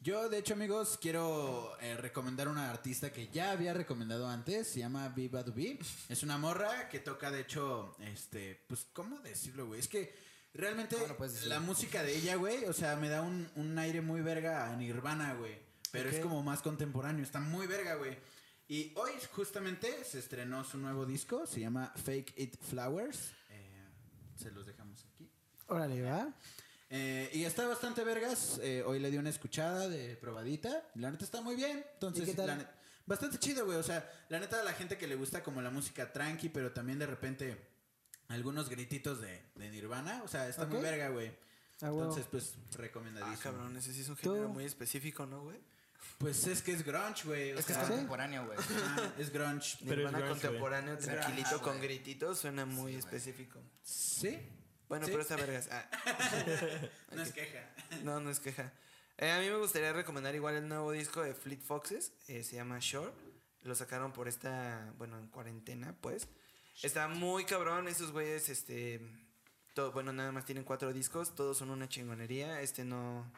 E: Yo, de hecho, amigos, quiero eh, recomendar una artista que ya había recomendado antes. Se llama Viva Dubi. Es una morra que toca, de hecho, este, pues, ¿cómo decirlo, güey? Es que realmente
A: ¿Cómo lo puedes decir?
E: la música de ella, güey, o sea, me da un, un aire muy verga a Nirvana, güey. Pero es
D: Ok.
E: como más contemporáneo. Está muy verga, güey. Y hoy, justamente, se estrenó su nuevo disco. Se llama Fake It Flowers. Eh, se los dejamos aquí.
B: Órale, va.
E: Eh, y está bastante vergas. Eh, hoy le di una escuchada de probadita. La neta está muy bien. Entonces,
B: ¿Y qué tal?
E: la net- bastante chido, güey. O sea, la neta, la gente que le gusta como la música tranqui, pero también de repente algunos grititos de, de Nirvana. O sea, está muy
B: Ok.
E: verga, güey.
B: Ah, huevo.
E: Entonces, pues, recomendadísimo.
D: Ah, cabrón, ese sí es un
B: Tú.
D: género muy específico, ¿no, güey?
E: Pues es que es grunge, güey. o
A: Es que es
E: sea,
A: contemporáneo, güey.
E: ah, es grunge.
C: Pero es
D: Nirvana
C: grunge, güey.
D: contemporáneo, tranquilito,
A: Ah,
D: con
A: güey.
D: grititos, suena muy específico.
E: Sí.
D: Bueno,
E: Sí.
D: pero está vergas. Ah,
E: No es queja.
D: [laughs] no, no es queja. Eh, a mí me gustaría recomendar igual el nuevo disco de Fleet Foxes, eh, se llama Shore. Lo sacaron por esta, bueno, en cuarentena, pues. Está muy cabrón, esos güeyes, este... todo- bueno, nada más tienen cuatro discos, todos son una chingonería, este no,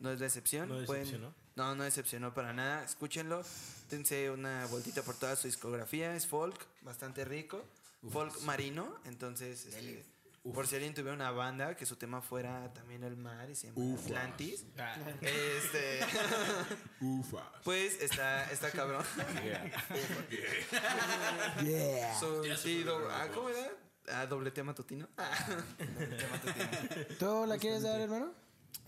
D: no es la excepción.
C: No
D: Pueden-
C: decepcionó.
D: no, no decepcionó para nada, escúchenlo, dense una vueltita por toda su discografía, es folk, bastante rico, folk marino, entonces, este,
A: Deli.
D: por si alguien tuviera una banda que su tema fuera también el mar y se llama
E: Ufas.
D: Atlantis,
C: Ah,
D: este,
E: Ufa.
D: pues está, está cabrón.
B: [laughs] Yeah.
D: [laughs] Su
E: Ya se
D: sentido-
E: volvió
D: ah,
E: loco.
D: ¿cómo era? Ah, doble tema matutino. Ah.
B: ¿Tú la quieres dar, hermano?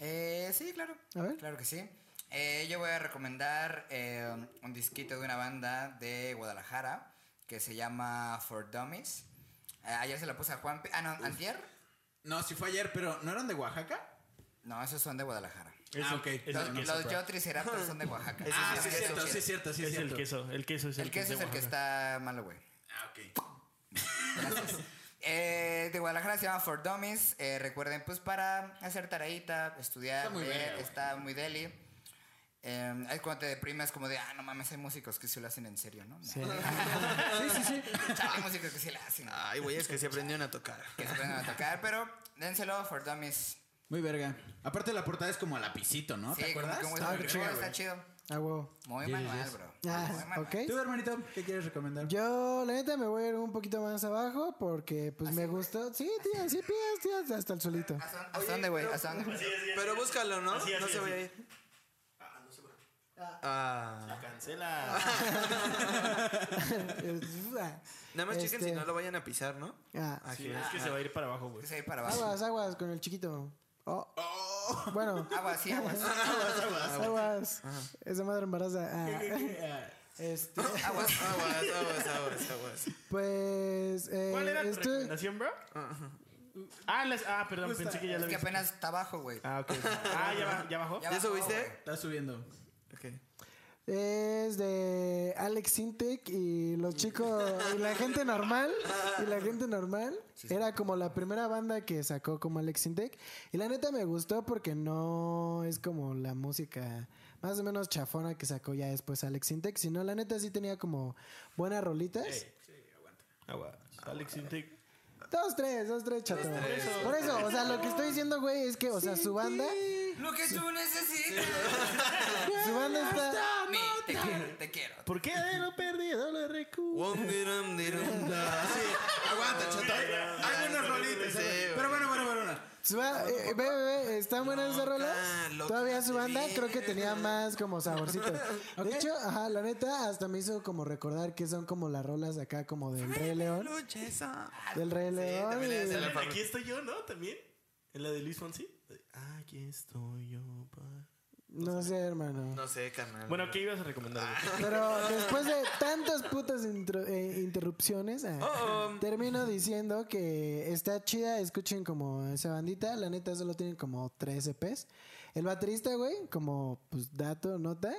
A: Eh, sí, claro.
B: A ver.
A: Claro que sí. Eh, yo voy a recomendar eh, un disquito de una banda de Guadalajara que se llama For Dummies. Eh, ayer se la puse a Juan. Ah, no, ¿antier?
E: No, sí fue ayer, pero ¿no eran de Oaxaca?
A: No, esos son de Guadalajara.
C: Es
E: Ah,
C: el-
E: ok.
C: es el
A: Los,
C: queso,
A: los
C: bro.
A: Yo Triceratops son de Oaxaca.
D: Ese
E: ah,
D: sí
E: sí,
D: es
E: es
D: queso,
E: cierto,
D: sí.
E: sí es cierto, sí es
C: Es
E: cierto.
C: el queso. El queso es el,
A: El queso es
C: de
A: el que
C: Oaxaca.
A: está malo, güey.
E: Ah, ok.
A: Eh, de Guadalajara se llama For Dummies. Eh, recuerden, pues para hacer tareita, estudiar,
E: Está muy
A: leer,
E: verga, güey.
A: está muy deli. Eh, es cuando te deprimes como de, ah, no mames, hay músicos que sí lo hacen en serio, ¿no? [laughs]
B: Sí.
E: Sí, sí, sí.
A: Chale, hay músicos que sí la hacen.
E: Ah.
D: Ay, güey, es que se aprendieron a tocar.
A: Que se aprendan a tocar, pero dénselo For Dummies.
E: Muy verga. Aparte la portada es como a lapicito, ¿no? ¿Te
A: Sí, como
E: acuerdas?
A: que muy
B: Ah,
A: está,
B: qué chido,
A: está chido.
B: Ah, huevo.
A: Muy
C: Yes,
A: manual,
C: yes.
A: bro. Muy
B: Ah,
A: manual.
B: ok.
E: Tú, hermanito, ¿qué quieres recomendar?
B: Yo, la neta, me voy a ir un poquito más abajo porque, pues, me gustó. Sí, tía, sí, tías, tías, hasta el solito.
A: ¿Hasta hasta
D: Oye,
A: dónde, güey?
D: pero- pues,
A: ¿Hasta dónde?
D: Pero búscalo, ¿no?
C: Así, así,
D: no se
C: así.
D: vaya a ir. Ah.
C: Cancela.
B: [laughs]
D: Nada más chequen si
B: Este,
D: no lo vayan a pisar, ¿no?
B: Ah,
C: Sí, es que se va a ir para abajo, güey.
A: Pues ahí para abajo.
B: aguas, aguas con el chiquito. Oh. Bueno,
A: Agua, sí, aguas.
B: Ah, aguas. Esa madre embaraza. Ah. Este,
A: Aguas.
D: Aguas, aguas, aguas, aguas.
B: pues. eh,
C: ¿Cuál era tu
B: estoy-
C: recomendación, bro? Ah, las- ah, perdón, pensé que ya
A: Es
C: la
A: que
C: vi.
A: apenas está abajo, güey.
C: Ah, ok. Ah, ¿ya, ba- ya bajó?
A: Ya
D: ¿Ya
A: bajó,
D: subiste?
E: Está subiendo.
D: Ok.
B: Es de Alex Sintek y los chicos y la gente normal y la gente normal era como la primera banda que sacó como Alex Sintek y la neta me gustó porque no es como la música más o menos chafona que sacó ya después Alex Sintek, sino la neta sí tenía como buenas rolitas.
C: Agua. Ah, Alex Intec.
B: Dos, tres, dos, tres, chato. Por eso, o sea, lo que estoy diciendo, güey, es que, o sea, su banda,
A: Lo que tú necesitas.
B: su banda está...
A: Mi, te quiero, te quiero.
C: ¿Por qué de lo perdido lo recuerdo?
D: Wom, dirum, dirum, da. Sí,
E: Aguanta, chato. Hay unos rolitos. eh. Pero bueno, bueno, bueno. bueno.
B: Su ba- eh, ve, ve, ve, están buenas esas rolas.
D: loca,
B: Todavía su
D: te
B: banda
D: vi.
B: creo que tenía más como
D: [laughs]
B: saborcito. De hecho, ajá, la neta hasta me hizo como recordar que son como las rolas acá como del Rey León.
D: Lucha esa.
B: Del Rey León.
D: también
B: y-
D: es el-
C: Aquí estoy yo, ¿no? También. En la de Luis Fonsi. Aquí estoy yo, pa.
B: No sé, hermano.
D: No sé, carnal.
C: Bueno, ¿qué ibas a recomendar? güey?
B: Pero después de tantas putas intro- eh, interrupciones, ah,
D: Oh, oh.
B: termino diciendo que está chida. Escuchen como esa bandita. La neta solo tienen como 3 EPs. El baterista, güey, como pues dato, nota,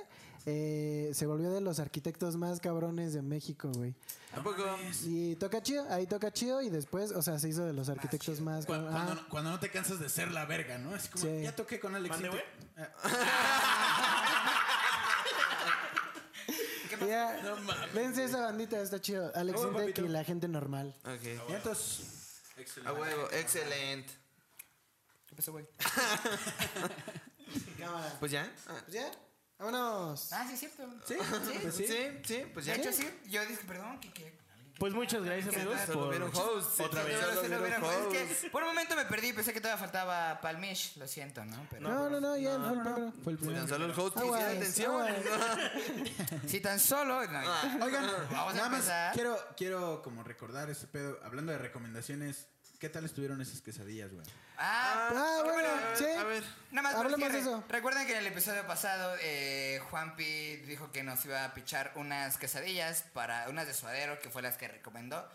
B: eh, se volvió de los arquitectos más cabrones de México, güey.
D: Tampoco.
B: Y toca chido, ahí toca chido y después, o sea, se hizo de los arquitectos más...
E: Cu-
A: ah.
E: Cuando,
B: cabrones.
E: no- cuando no te cansas de ser la verga, ¿no? Es como,
B: Sí.
E: ya toqué con Alex.
C: ¿Mande,
E: Inte-
C: güey?
B: Ah, ya. Dense esa bandita, está chido. Alex Intec y la gente normal.
D: Ok.
E: Ya, entonces,
C: Ah,
D: A huevo, excelente.
A: ¿Qué pasó, güey?
B: Cámara.
D: Pues ya. Ah,
B: Pues ya, vámonos.
A: Ah, sí, es cierto.
E: ¿Sí?
A: Sí.
E: Pues sí.
D: Sí, sí, pues ya.
A: De hecho, sí. Yo dije, perdón, que... que
C: Pues muchas gracias, amigos.
D: Solo
C: Por...
D: vieron host.
C: Otra
D: Sí,
C: vez.
D: solo
A: se lo
D: vieron
A: hubiera-
D: host.
A: Es que por un momento me perdí. Pensé que todavía faltaba Palmish. Lo siento, ¿no? Pero...
B: No, no, no, ya fue el primero.
E: Fue el primero.
D: Tan solo el host
B: Aguas,
D: quisiera atención. [laughs] Eh,
B: aguas.
A: Si tan solo... no.
E: Oigan,
A: Vamos a
E: nada más
A: empezar.
E: quiero, quiero como recordar ese pedo, hablando de recomendaciones, ¿Qué tal estuvieron esas quesadillas, güey?
A: Ah,
B: Ah, bueno, sí.
D: A ver.
A: Nada más por
B: Hablemos
A: cierre.
B: de eso.
A: Recuerden que en el episodio pasado eh, Juanpi dijo que nos iba a pichar unas quesadillas para unas de suadero que fue las que recomendó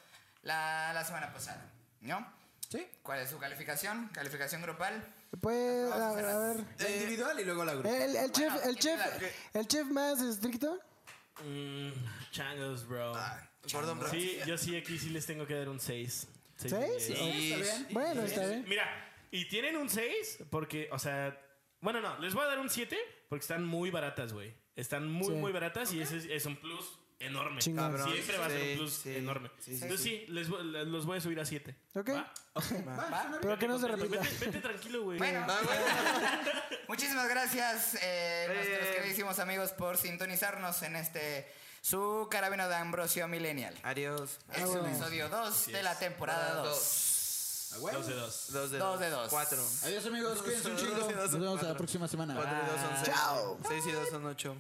A: la, la semana pasada, ¿no?
E: Sí.
A: ¿Cuál es su calificación? Calificación grupal.
B: Pues, a, ver, a ver.
E: La individual y luego la grupal.
B: El, el chef, el
A: ¿quién
B: chef,
A: era?
D: ¿Qué?
B: el chef más estricto.
C: Mm, changos, bro.
D: [laughs] Gordon Ramsay.
C: Sí, yo sí, aquí sí les tengo que dar un 6.
B: ¿Seis? Bueno, está bien.
C: Mira, y tienen un 6 porque, o sea, bueno, no, les voy a dar un 7 porque están muy baratas, güey. Están muy,
B: Sí.
C: muy baratas y ese es, es un plus enorme.
B: Chingón.
C: Cabrón. Siempre va a ser
D: Sí,
C: un plus
D: sí,
C: enorme.
D: sí, sí,
C: Entonces sí, les voy- los voy a subir a 7.
B: Ok. [laughs] Pero que no se repita.
C: Vete, vete tranquilo, güey.
A: Bueno,
D: Ah, bueno.
A: [laughs] muchísimas gracias eh, nuestros
D: Eh.
A: queridísimos amigos por sintonizarnos en este su carabino de Ambrosio Millennial.
D: Adiós.
A: Es el episodio 2 de la temporada 2.
E: Ah, güey.
C: 2 de 2.
D: Dos de
A: Dos
D: dos.
A: de dos.
D: Cuatro.
E: Adiós, amigos. Cuídense un chingo.
D: Dos y dos
E: Nos
D: son
E: vemos la
D: cuatro.
B: Ah.
E: próxima semana.
D: Cuatro y dos son seis. Chao. Seis y dos son ocho.